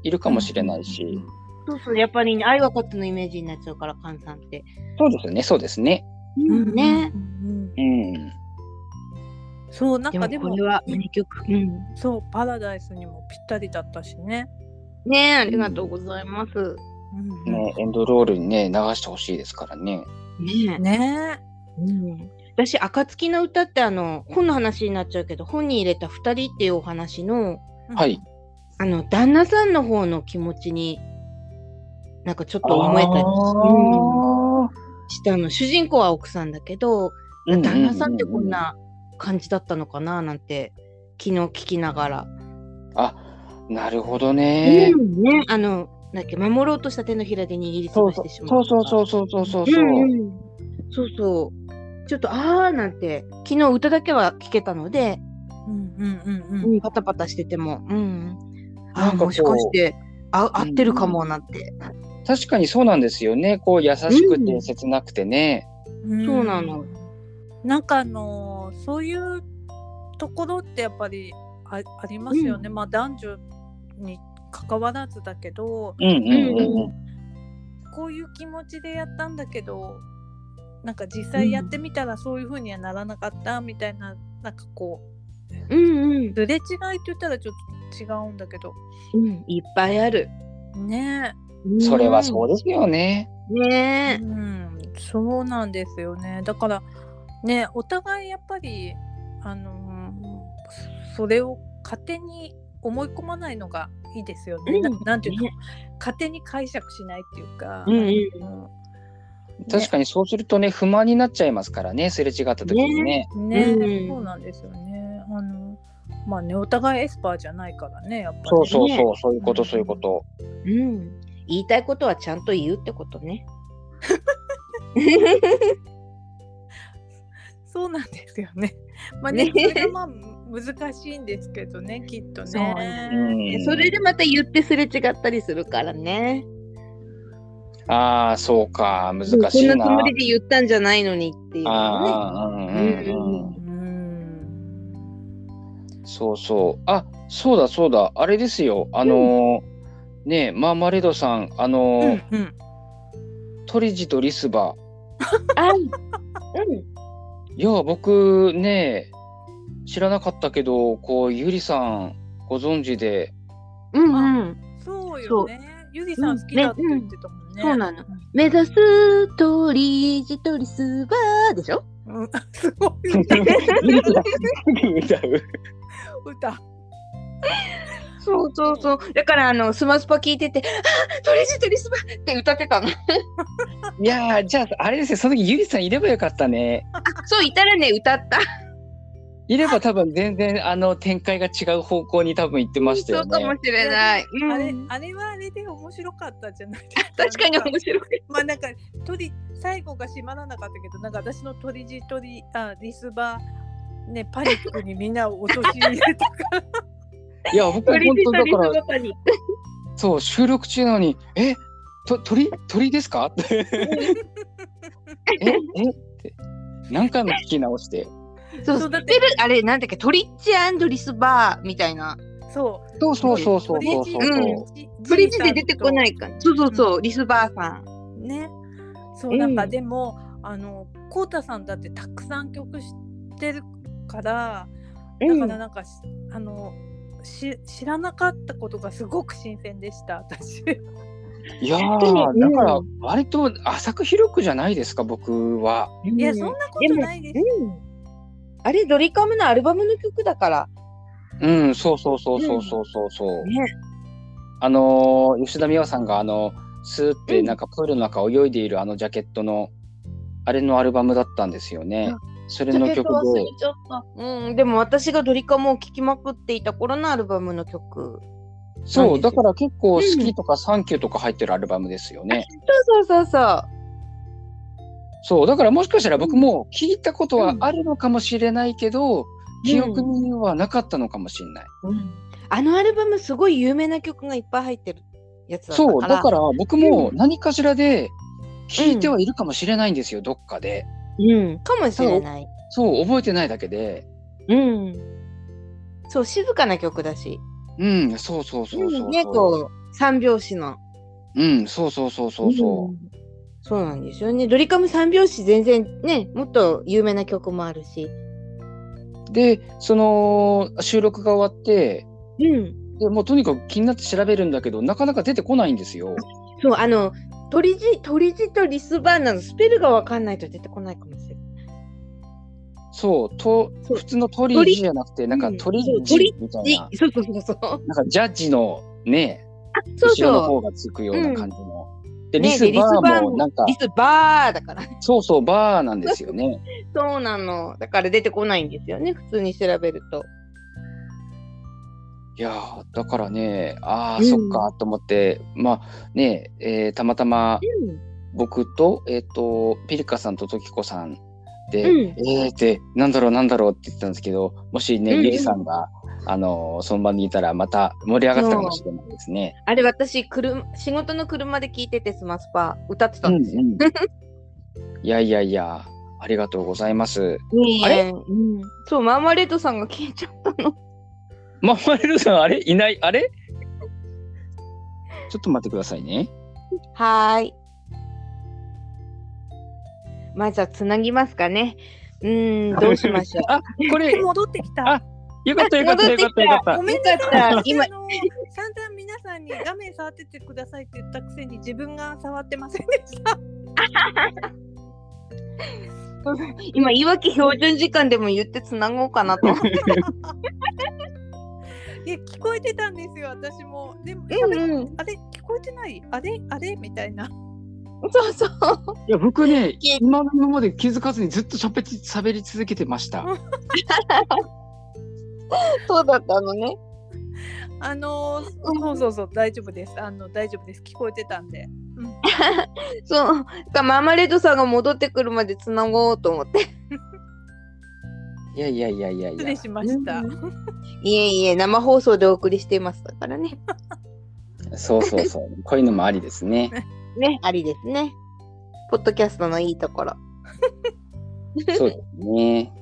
いるかもしれないし、
そうそう、やっぱり、ね、愛はことのイメージになっちゃうから、カンさんって。
そうですねそうですね。
うん
ね。
うんうん
うん、
そう、なん
で
か
も
で
こ
も
れ、は名曲。うん。
そう、パラダイスにもぴったりだったしね。
ねえ、ありがとうございます。
うんうん
ねエンドロールにね流してほしいですからね。
ね
ね
え。うん、私、暁の歌ってあの、本の話になっちゃうけど、本に入れた二人っていうお話の、
はい。
あの、旦那さんの方の気持ちに、なんかちょっと思えたりしたの。主人公は奥さんだけど、
うん
旦那さんってこん。な感じだったのかななんて、昨日聞きながら。
あなるほどね。
うんね、あの、なんだっけ、守ろうとした手のひらで握りつ
そ
ぶ
う
し
そ
てしま。
うそうそううそうそうそうそう。
うんうんそうそう。ちょっと、あーなんて、昨日歌だけは聞けたので、
うんうんうん
う
うん
ん、パタパタしてても、うん。
なん
あ
かこう
もしかして、あ合ってるかもなんて。
確かにそうなんですよね。こう優しくて切なくてね。
うん。
そうなの。
なんかあのーそういうところってやっぱりあありますよね。まあ男女に関わらずだけど、
うんうんうんうん。
こういう気持ちでやったんだけどなんか実際やってみたらそういう風にはならなかったみたいな、なんかこ
うんうん
うすれ違いって言ったらちょっと違うんだけど
うん。いっぱいある。
ね
それはそううですよね。
え、
ね。
うん、そうなんですよねだからねお互いやっぱりあのーそれを糧に思い込まないのがいいですよね。
うん
ななんていうの、
ね
糧に解釈しないっていうか。
うんうん
うん
確かにそうするとね、不満になっちゃいますからね、すれ違った時にね。
ね、
うん
そうなんですよね。あのまあねお互いエスパーじゃないからねやっぱり、ね。
そうそうそう、そういうこ
う
と、
ん
そういうこと。
うん、言いたいことはちゃんと言うってこと ね。
そうなんですよね。 まあ
ね
ねそれがまあ難しいんですけどねきっと
そう
ね。
うん
それでまた言ってすれ違ったりするからね。
ああ、そうか、難
こ
し
ん
い
なつ
な
も。りで言ったんじゃないのにっていうのね。
ああ、うんうんうん。
うん
そうそう。あ、そうだそうだ。あれですよ。あのーねえ、マーマレードさん、あのー
うん
トリジとリスバ。
あう
いや、僕ね、知らなかったけど、こう、ゆりさん、ご存知で。
ん、うん、うん。
そうよね。ゆりさん好きだって言ってたもんね。
そうなの。目指すトリジトリスバーでしょ
うん、 すごい
ゆ
歌
りさんすぐ歌う。
歌。
そうそうそう。だからあのスマスパ聞いてて、あトリジトリスバーって歌ってたの。
いやー、じゃあ、あれですよ。その時ゆりさんいればよかったね。
そういたらね歌った。
いれば多分全然、あの、展開が違う方向に多分行ってました
そ
よ
うかも
ね。
しれない。うん
あれあれはあれで面白かったじゃないですか。
確かに
なん
面白い。
まあなんか鳥最後が閉まらなかったけどなんか私の鳥地鳥あリスバねパニックにみんなを陥れ たから。
いや、僕
ト
本
リジ
当
トリ
だか
ス
ら
バ、ーに。
そう、収録中なのに、え、と鳥鳥ですかって。え、えって。何回も聞き直して。
そう
そうだっ
知っててるあれなんだっけトリッチアンドリスバーみたいな。
そう
そうそうそうそうそうそう。
トリッチで出てこないから。そうそうそう、リスバーさん。
ね。そううんなんかでも、あのコウタさんだってたくさん曲知ってるからだからなんか、しあのし知らなかったことがすごく新鮮でした私。
いやー、だから割と浅く広くじゃないですか、僕は。
いやそんなことないです。
うんあれドリカムのアルバムの曲だから。
うん、そうそうそうそうそうそうそう。
ね。
あのー吉田美和さんがあのスーってなんかプールの中を泳いでいるあのジャケットの、あれのアルバムだったんですよね。それの曲で。
ちゃった。うん、でも私がドリカムを聴きまくっていた頃のアルバムの曲。
そ
な
う、
んで
だ
すよ
から結構好きとかサンキューとか入ってるアルバムですよね。
そうそうそうそう。
そう、だからもしかしたら僕も聞いたことはあるのかもしれないけど、記憶
うん
にはなかったのかもしれない。
あのアルバムすごい有名な曲がいっぱい入ってるやつだったから。
そう、だから僕も
う
何かしらで聞いてはいるかもしれないんですよ、どっかで。
うん、かもしれない。
そう、覚えてないだけで。
うん。そう、静かな曲だし。
うん、そうそうそうそううん
ね、
そう。
こう、三拍子の。
うん、そうそうそうそうそう。
んそうなんですよね。ドリカム三拍子全然ね、もっと有名な曲もあるし。
で、その収録が終わって、
うん。
でもうとにかく気になって調べるんだけど、なかなか出てこないんですよ。
そう、あの、鳥字、鳥字とリスバーナのスペルがわかんないと出てこないかもしれない。
そう、と
そう
普通の鳥リじゃなくて、なんか
うん
鳥リ
鳥
みたい
じ
な、
そうそうそうそう。あ、
なんかジャッジのね、
そう
後ろの
そ
方がつくような感じの。で、
う。
リ
ね
スバーもなんか、
リスバーだから。
そうそう、バーなんですよね。
そうなの。だから出てこないんですよね、普通に調べると。
いやーだからね、ああ、
うん
そっかと思って、まあね、えーたまたま僕と、えっ、と、ピリカさんとトキコさんで、
うん
えーって、なんだろう、なんだろうって言ってたんですけど、もしね、
うんうん
ゆりさんが、あのーその場にいたら、また盛り上がってたかもしれないですね。
あれ、私、車仕事の車で聞いてて、スマスパ歌ってた
うんん
ですよ。
うん、いやいやいや、ありがとうございます。
ねえ
あれ
うんそう、マーマレードさんが消えちゃったの。
マーマレードさん、あれいないあれちょっと待ってくださいね。。
はーい。まあ、じゃあ、つなぎますかね。うーん、どうしましょう
あ、こ れ、
戻ってきた。
あよか ったよかったよかったよかった
ご。めんなさい。
よかった
今
今
散々皆さんに画面触っててくださいって言ったくせに自分が触ってませんでした。
今、いわき標準時間でも言ってつなごうかなと。
いや聞こえてたんですよ私もでも、
うんうん。
あれ聞こえてないあれあれみたいな
そうそう。
いや、僕ね
いえ、
今の今まで気づかずにずっと喋り喋り続けてました。
そうだったのね。
あのそうそうそう大丈夫ですあの大丈夫です聞こえてたんで、うん、
そう。かマーマレードさんが戻ってくるまでつなごうと思 って。
いやいやいやいやい
失
や
礼。しました、
うん いえいえ、生放送でお送りしていますだからね。
そうそう そう。こういうのもありですね。
ね、ありですね。ポッドキャストのいいところ。
そうですね。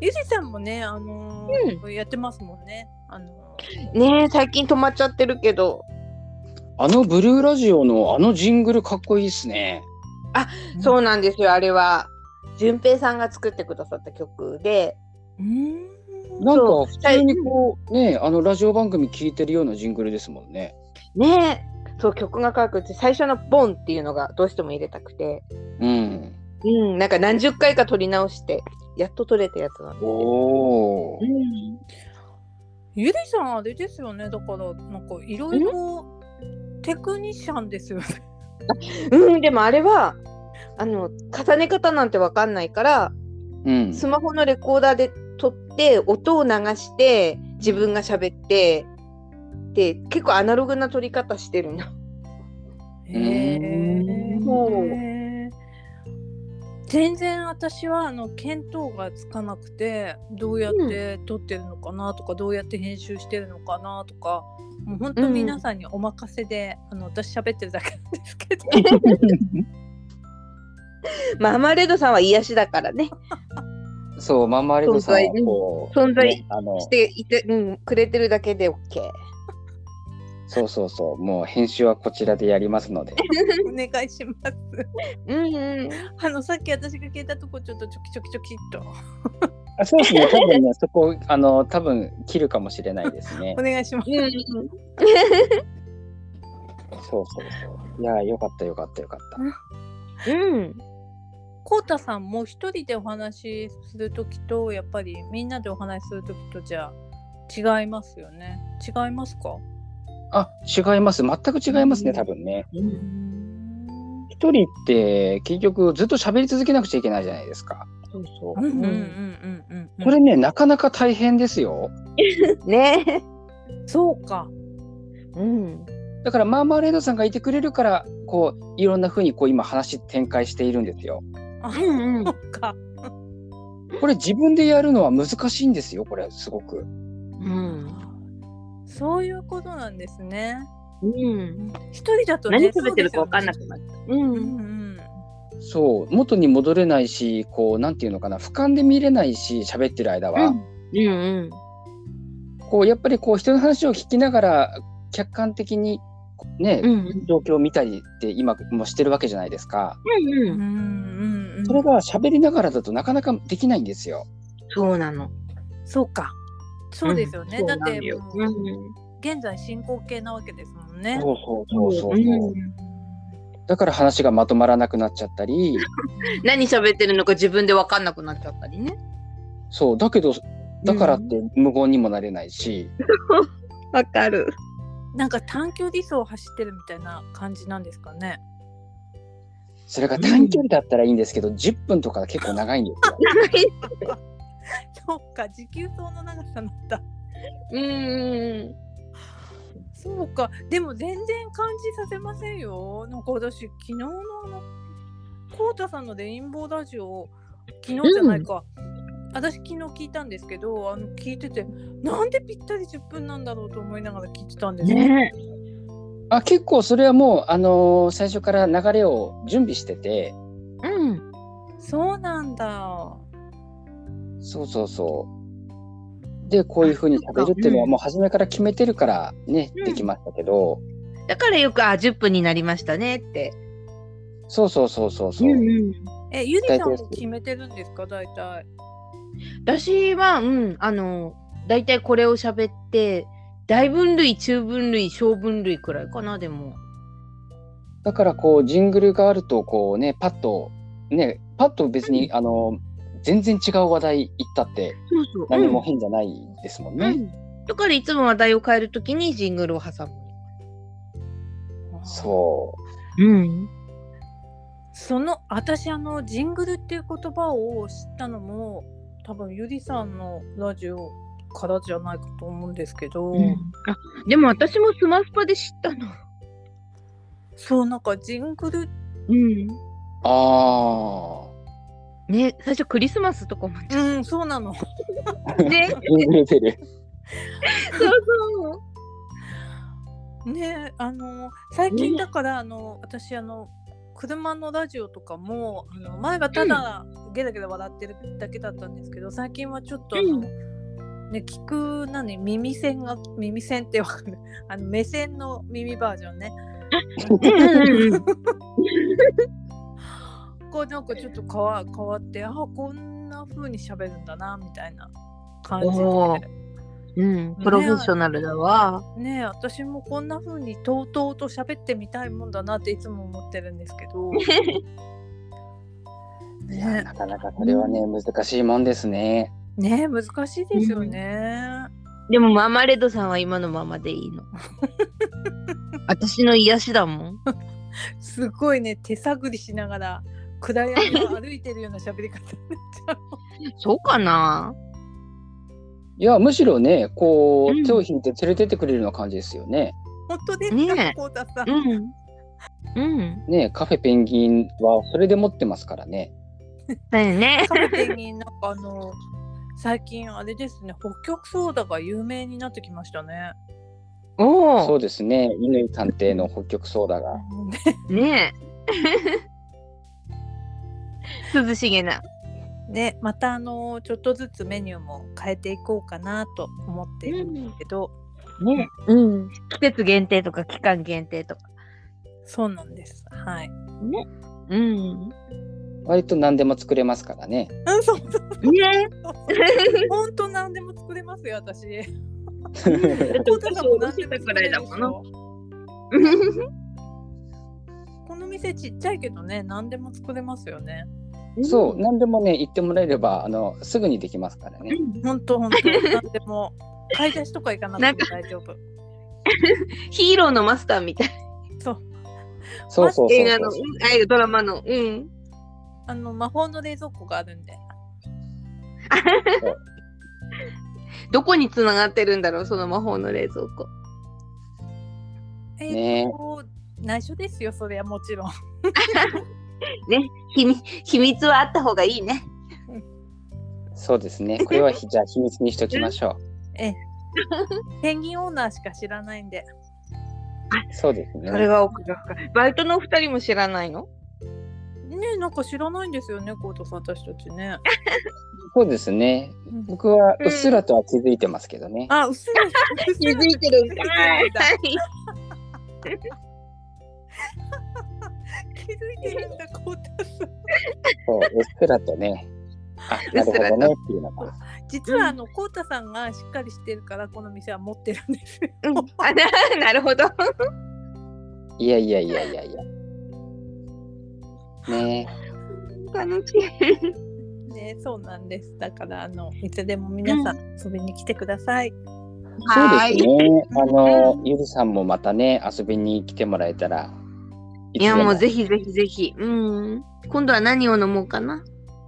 ゆりさんもねあのーやってますもんねあの
ねえ最近止まっちゃってるけど。
あのブルーラジオのあのジングルかっこいいですね。
うん
そうなんですよ、あれは。淳平さんが作ってくださった曲で、
うん
なん
そ
か
う
普通にこう、ね、あのラジオ番組聞いてるようなジングルですもんね。
ねえそう、曲がかっこよくて、最初のボンっていうのがどうしても入れたくて、
うん。
うん、なんか何十回か撮り直して、やっと撮れたやつなんで。
おお
う。ん、
ゆりさんあれですよねだからなんかいろいろテクニシャン ですよね
うん、でもあれは、あの、重ね方なんてわかんないから、
うん。
スマホのレコーダーで撮って、音を流して、自分が喋って、で、結構アナログな撮り方してるの。
へ
ー
ー
そう
全然私はあの見当がつかなくてどうやって撮ってるのかなとか、どうやって編集してるのかなとかもう本当皆さんにお任せで、あの私喋ってるだけなんですけ ど
マーマレードさんは癒しだからね。
そう、マンマレードさんはこう、
存在
ねあの
し、ていて、うん、くれてるだけで OK。
そうそうそう、もう編集はこちらでやりますので。
お願いします
うんうん。
あのさっき私が聞いたとこちょっとチョキチョキチョキっと
あそうですね、多分ね、そこ、あの、多分切るかもしれないです ね
お。願いします
うん
そうそうそう。いや、よかったよかったよかった。
うん。
こうたさんも一人でお話しする時とやっぱりみんなでお話しする時とじゃあ違いますよね違いますか
あ、違います。全く違いますね、
うん
多分ね。
うん
一人って、結局ずっと喋り続けなくちゃいけないじゃないですか。
そうそ
うんうんうんうんうん
これね、なかなか大変ですよ。
ね。
そうか
うん。
だから、マーマレードさんがいてくれるから、こう、いろんな風に、こう、今話展開しているんですよ。
あ
う
そ
んうん。
うか
これ、自分でやるのは難しいんですよ、これ、すごく。
うん。
そういうことなんですね
うん。
一人だと
何
ね
食べてるか分かんな
そ
く
うですよね
なった。う。
うんん
そう、元に戻れないし、こう、なんていうのかな、俯瞰で見れないし、喋ってる間は。
うん
こうやっぱりこう人の話を聞きながら客観的にね、
うん。うん。
状況を見たりって今もしてるわけじゃないですか。
う
うんん。
うんうん
それが喋りながらだとなかなかできないんですよ。
そうなの。
そうかそうですよね、
そう
だ
な
っ
の
て
よ
も
う。
うん現在進行形なわけですもんね
そうそうそうそう。
うん
だから話がまとまらなくなっちゃったり、
何喋ってるのか自分で分かんなくなっちゃったりね。
そうだけどだからって無言にもなれないし、
わか る。
なんか短距離走を走ってるみたいな感じなんですかね
それが短距離だったらいいんですけど、10分とか結構長いんですよ。
そうか持久走の長さなんだ
うんうん。
そうかでも全然感じさせませんよなんか私昨日のあのこうたさんのレインボーラジオ昨日じゃないか、私昨日聞いたんですけどあの聞いててなんでぴったり10分なんだろうと思いながら聞いてたんですよ
ねえ。
あ結構それはもう、あのー最初から流れを準備してて
うん。
そうなんだ
そうそうそう。で、こういうふうに喋るっていうのは、
うん
もう初めから決めてるからね、
うん
できましたけど、
だからよく、あ、10分になりましたねって。
そうそうそうそうそう、
ん。
えゆりさんも決めてるんですか大体
私は、うん、あの、大体これを喋って、大分類、中分類、小分類くらいかな、でも。
だから、こう、ジングルがあると、こうね、パッと、ね、パッと別に、あの、全然違う話題行ったって、
そうそう。
何も変じゃないですもんね。
うんだからいつも話題を変えるときにジングルを挟む。
そ
うん。
その私あのジングルっていう言葉を知ったのも多分ゆりさんのラジオからじゃないかと思うんですけど、
あでも私もスマスパで知ったの。
そうなんかジングル
う
う。
ん。
ああ。
ね、最初クリスマスとか思っちゃっ
うんそうなの
た。ね、
ジングルベ ル。
そうそう。
ねあの最近だからあの私あの車のラジオとかもあの前はただゲラゲラ笑ってるだけだったんですけど最近はちょっとあの、
う
ね、聞く何耳栓が耳栓ってわかるあの目線の耳バージョ ンね
うんうん
こうなんかちょっと変わ変わってあこんな風に喋るんだなみたいな感じ
お
で
ーうん。 プロフェッショナルだわ。
ねえ私もこんな風にとうとうと喋ってみたいもんだなっていつも思ってるんですけ ど
いや
ね
なかなかこれはね、難しいもんですね。
えねえ難しいですよね、
でもマーマレードさんは今のままでい いの。私の癒しだもん。
すごいね手探りしながら暗闇を歩いてるような喋り方になっちゃう
そうかない
や、むしろね、こ
うん
う、手を引いて連れてってくれるような感じですよね。
本当です
ね
か
え
こうたさん、
うん。うん。
ね、カフェペンギンはそれで持ってますからね。
だよね。
カフェになんかあの最近あれですね北極ソーダが有名になってきましたね
そ
おお
う。ですね。乾探偵の北極ソーダが。
ね え。涼しげな。
でまたあのちょっとずつメニューも変えていこうかなと思ってるんですけど、
ねうん。季節限定とか期間限定とか。
そうなんですはい
ね。 うん。ね
割と何でも作れますからね。
うん そうそう
え。
本当何でも作れますよ私
ちょっ
こうた
と
さ
そ
んも
う、
何
し
で
い
も
たく
作
ら
れ
いだ
るでし
もんな。
ょこの店ちっちゃいけどね何でも作れますよね
そう、何でもね、言ってもらえれば、あの、すぐにできますからね。
本当 本当何でも買い出しとか行かなくても大丈夫
ヒーローのマスターみたい
そう
そうそうそうそう。
映画の、うんあドラマの。うん。
あの魔法の冷蔵庫があるんで
どこに繋がってるんだろう、その魔法の冷蔵庫。
え
ね
ーと、内緒ですよそれはもちろん
ね、秘密秘密はあった方がいいね。
そうですね。これはひ じゃあ秘密にしときましょ
ええペンギンオーナーしか知らないんで
う。そうですね。
が奥が深い。バイトのお二人も知らないの
ねなんか知らないんですよねコートさん私たちね、
そうですね。僕はうっすらとは気づいてますけどね。
あ薄い薄
気づいてるんかい。
気づいてるんだコートさん
そううっすらとね。あ、なるほどねっていうのが。
実はあのコータさんがしっかりしてるからこの店は持ってるん ですよ
うんあななるほど。
いやいやいやいやいや。ね
楽しい。
ねそうなんですだからあのいつでも皆さん遊びに来てください、
そう
はー
で
い
すね。あ
う
の
ん、
ゆりさんもまたね、遊びに来てもらえたら。い
いや
つで
もうぜひぜひぜひ。うん。今度は何を飲もうかな。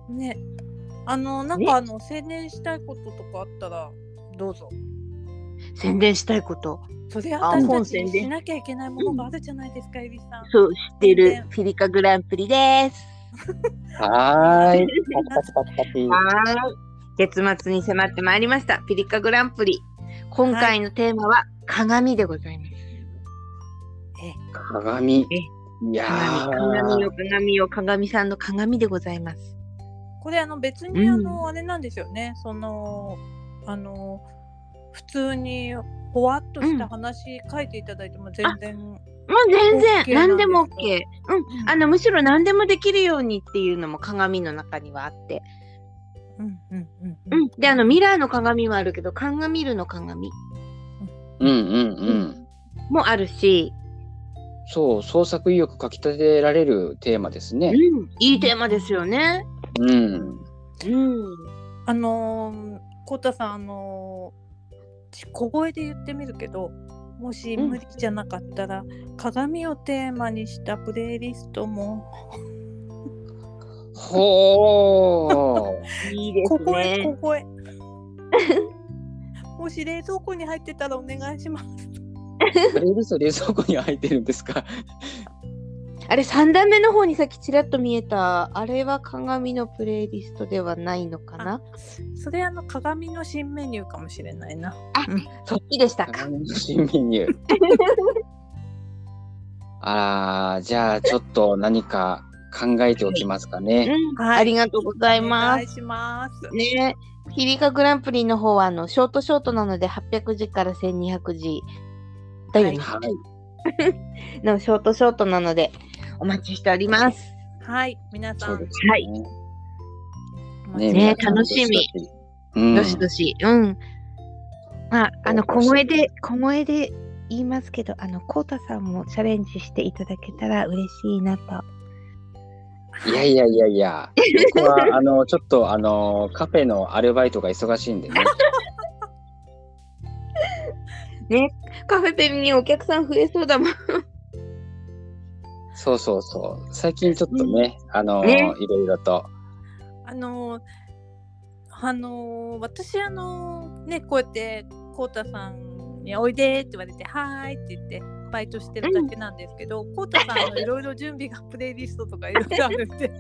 ねあのなんかあの宣伝したいこととかあったらどうぞ
宣伝したいこと。
それ
あ
私
本
たち
宣
に
伝
しなきゃいけないものがあるじゃないですか、エビさん
そう、知っ
宣
て
伝
るフィリカグランプリです。
は ーい。パチパチパチパチ。
はーい。月末に迫ってまいりました。フィリカグランプリ。今回のテーマは鏡でございます。
鏡。いや
鏡鏡
ー。
の鏡を鏡さんの鏡でございます。
これあの別にあの、
う
あれなんですよねそのあの普通にほわっとした話書いていただいても全然、
もう全然
OK
何で
な
も OK
んで。
うん、あのむしろ何でもできるようにっていうのも鏡の中にはあって。
うんうんうん
うん、であのミラーの鏡もあるけど鏡見るの鏡
うんうんうん。
もあるし、
そう、創作意欲かき立てられるテーマです
う
ね。
ん、いいテーマですよね。
うん。
うん。
あのー、コウタさんあのーち小声で言ってみるけどもし
うん
無理じゃなかったら、鏡をテーマにしたプレイリストも
ほー。
いいで
小
す
声、
ね
小。声 もし冷蔵庫に入ってたらお願いします
プレイリスト冷蔵庫に入ってるんですか。
あれ3段目の方にさっきちらっと見えたあれは鏡のプレイリストではないのかな
それあの鏡の新メニューかもしれないな
そっちでしたか。
鏡の新メニュー。あら、じゃあちょっと何か考えておきますか
う
ね。
ん、
はい
ありがとうございま
お願
す
い。します
ねヒリカグランプリの方はあのショートショートなので800字から1200字だよね
はい。
のショートショートなのでお待ちしております。
はい皆さ
そ
ん
うです
はい
ね。
お待ち
ね
皆さん
楽しみ。
うん
どしどし。うん。まあ、あの、小声で、小声で言いますけど、あの、コウタさんもチャレンジしていただけたら嬉しいなと。
いやいやいやい や、僕はあのちょっとあのカフェのアルバイトが忙しいんでね。
カフェペンにお客さん増えそうだもん。
そうそうそう。最近ちょっとね、あの
ね
いろいろと。
あのあの私あのねこうやってこうたさんに「おいで」って言われて「はーい」って言ってバイトしてるだけなんですけどこうたさんのいろいろ準備がプレイリストとかいろいろあるんで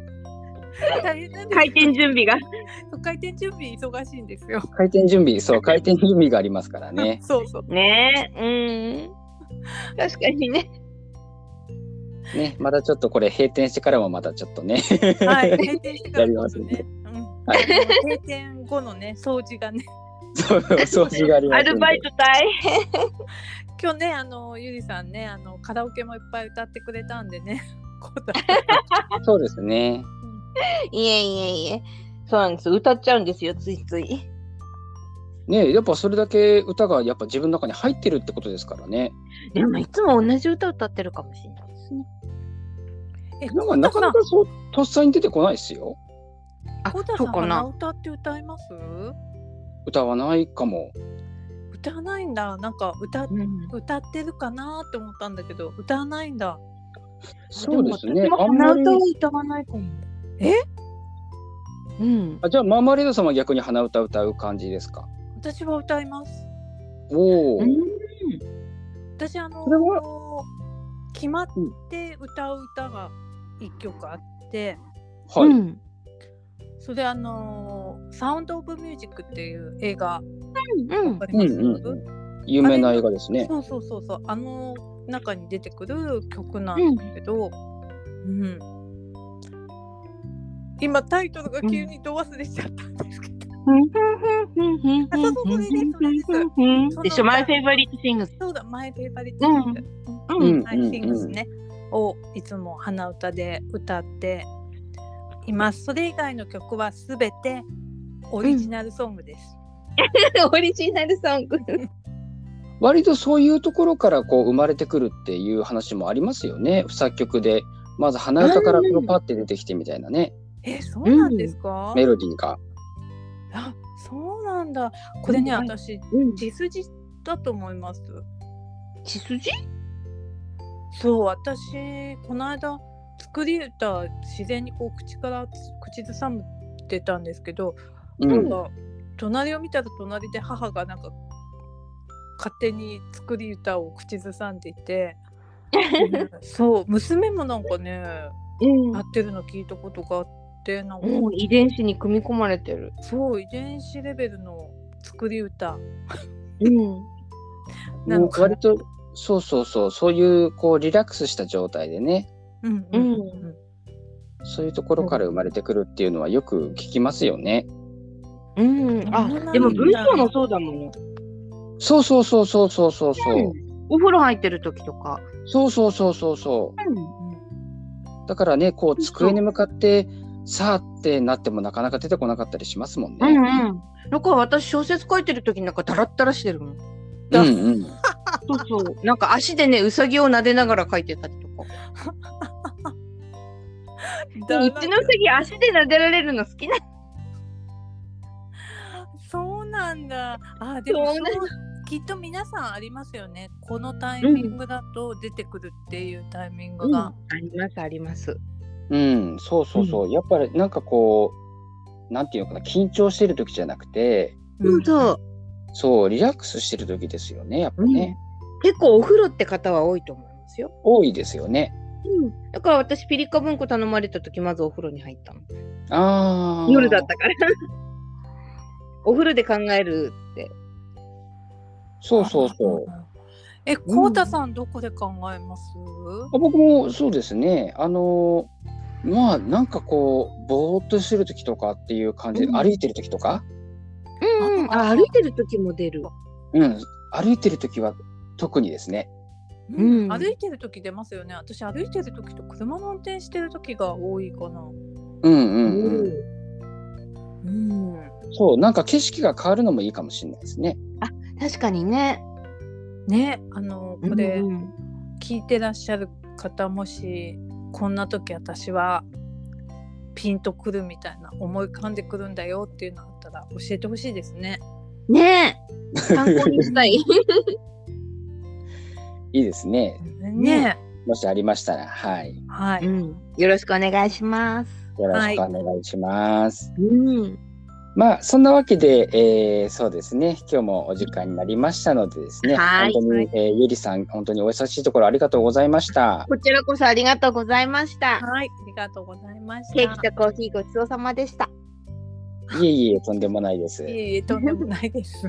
大変なんですよ
準備が。
回転準備忙しいんですよ。。
回転準備、そう、回転準備がありますからね
そうそう
ねえ、うん。確かにね。
ね、まだちょっとこれ閉店してからもまたちょっとね。
はい閉店してから今度
や
ね。うん
は
あの閉店後のね掃除がね
そう、掃除がありますんで。
大変。
今日ねあのゆりさんねあのカラオケもいっぱい歌ってくれたんでね こうたさん
そうですね。
いえいえいえ。そうなんです。歌っちゃうんですよ、ついつい。
ね、やっぱそれだけ歌がやっぱ自分の中に入ってるってことですからね。
でも、いつも同じ歌歌ってるかもしれないですね。
え
なんかなかなかそう、とっさに出てこないですよ。
あ、
コ
そ
ウタさ
うんか
鼻
な。
歌って歌います
歌わないかも。
歌わないんだなんか歌
うん
歌ってるかなって思ったんだけど歌わないんだ
そうですね。
でも
あんま
鼻
り
歌。は歌わないかも。
え
うん。
あじゃあ、マーマレード様は逆に鼻歌歌う感じですか。
私は歌います
おお。
私あの
それ
決まって歌う歌が一曲あって、
はい。
うん
それあのーサウンドオブミュージックっていう映画
う
わ
ん
かります、
うんうんうん有名な映画ですね。
そうそうそうそうあの中に出てくる曲なんだけど、うん今タイトルが急にど忘れしちゃったんですけど、あそうそうそれですそれです
でしょ、マイフェイバリットシングス。
そうだ前フェイバリッ
う
ト
ん
う
うんん。
はい、シングスね、をいつも鼻歌で歌っています。それ以外の曲はすべてオリジナルソングです。
オリジナルソング。
割とそういうところからこう生まれてくるっていう話もありますよね。作曲で。まず鼻歌からこうパって出てきてみたいなね、
え、そうなんですか？
メロディーが。
あ、そうなんだ。これね、
うん
私血筋だと思います。
血筋
そう、私この間作り歌自然にこう口からつ口ずさむってたんですけど、
う
なん
ん。
か隣を見たら隣で母がなんか勝手に作り歌を口ずさんでい てうんそう娘もなんかね
うん
やってるの聞いたことがあってなんか
もう遺伝子に組み込まれてる。
そう遺伝子レベルの作り歌
うん。
なのかな
割と、そうそうそう、そういうこうリラックスした状態でね、
うん
うん
そういうところから生まれてくるっていうのはよく聞きますよね。
うん。あ
そうなん、だ
でも文章もそうだもんね。
そうそうそうそうそうそうそう。
お風呂入ってる時とか。
そうそうそうそうそうう。だからね、こう机に向かって、さあってなってもなかなか出てこなかったりしますもんね。
うんうん。なんか私小説書いてる時なんかだらったらしてるもん。
うんうん。
そうそう。なんか足でね、うさぎを撫でながら書いてたりとか。
だから
うちのうさぎ足で撫でられるの好きな。
そうなんだあでも
そうなんだ
そうきっと皆さんありますよねこのタイミングだと出てくるっていうタイミング
うん
が
あ、りますあります。
うん、そうそうそう、やっぱりなんかこう、なんていうのかな、緊張してる時じゃなくて、
本当、
そう、リラックスしてる時ですよね、やっぱね。
結構お風呂って方は多いと思いますよ。
多いですよね。
だから私ピリカ文庫頼まれた時まずお風呂に入ったの。
ああ。
夜だったから。お風呂で考えるって。
そうそうそう。
えこうたさんどこで考えます、
あ僕もそうですね。あのーまあなんかこうぼーっとしてる時とかっていう感じで、
うん
歩いてる時とか、
うん、うん、あ歩いてる時も出る。
うん、歩いてる時は特にですね。
うん
歩いてる時出ますよね私歩いてる時と車の運転してる時が多いかな
うんうんうん。
うん
そうなんか景色が変わるのもいいかもしれないですね。
確かにね。
ねあのこれ
うんうん
聞いてらっしゃる方もしこんな時私はピンとくるみたいな思い浮かんでくるんだよっていうのあったら教えてほしいですね。
ねえ参考にしたい。
いいですね。
ね
もしありましたらはい
はい、
うん、 よろしくお願いします。
よろしくお願いします。
うん、
まあそんなわけで、えーそうですね今日もお時間になりましたのでですね
はい
本当に、えーゆりさん本当にお優しいところありがとうございました。
こちらこそありがとうございました。
はい、ありがとうございました。
ケーキとコーヒーごちそうさまでした。
いえいえとんでもないです。
いえいえとんでもないです。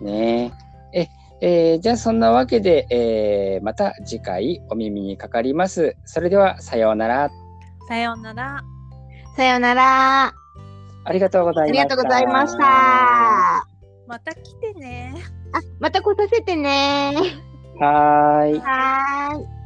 ねえ。ええーじゃあそんなわけで、えーまた次回お耳にかかります。それではさようなら。
さようなら。
さようなら。あ
ありがとうござい
り
ました。
がとうございました。あ、
また来てね。
また来させてね。
はーい。
はーい。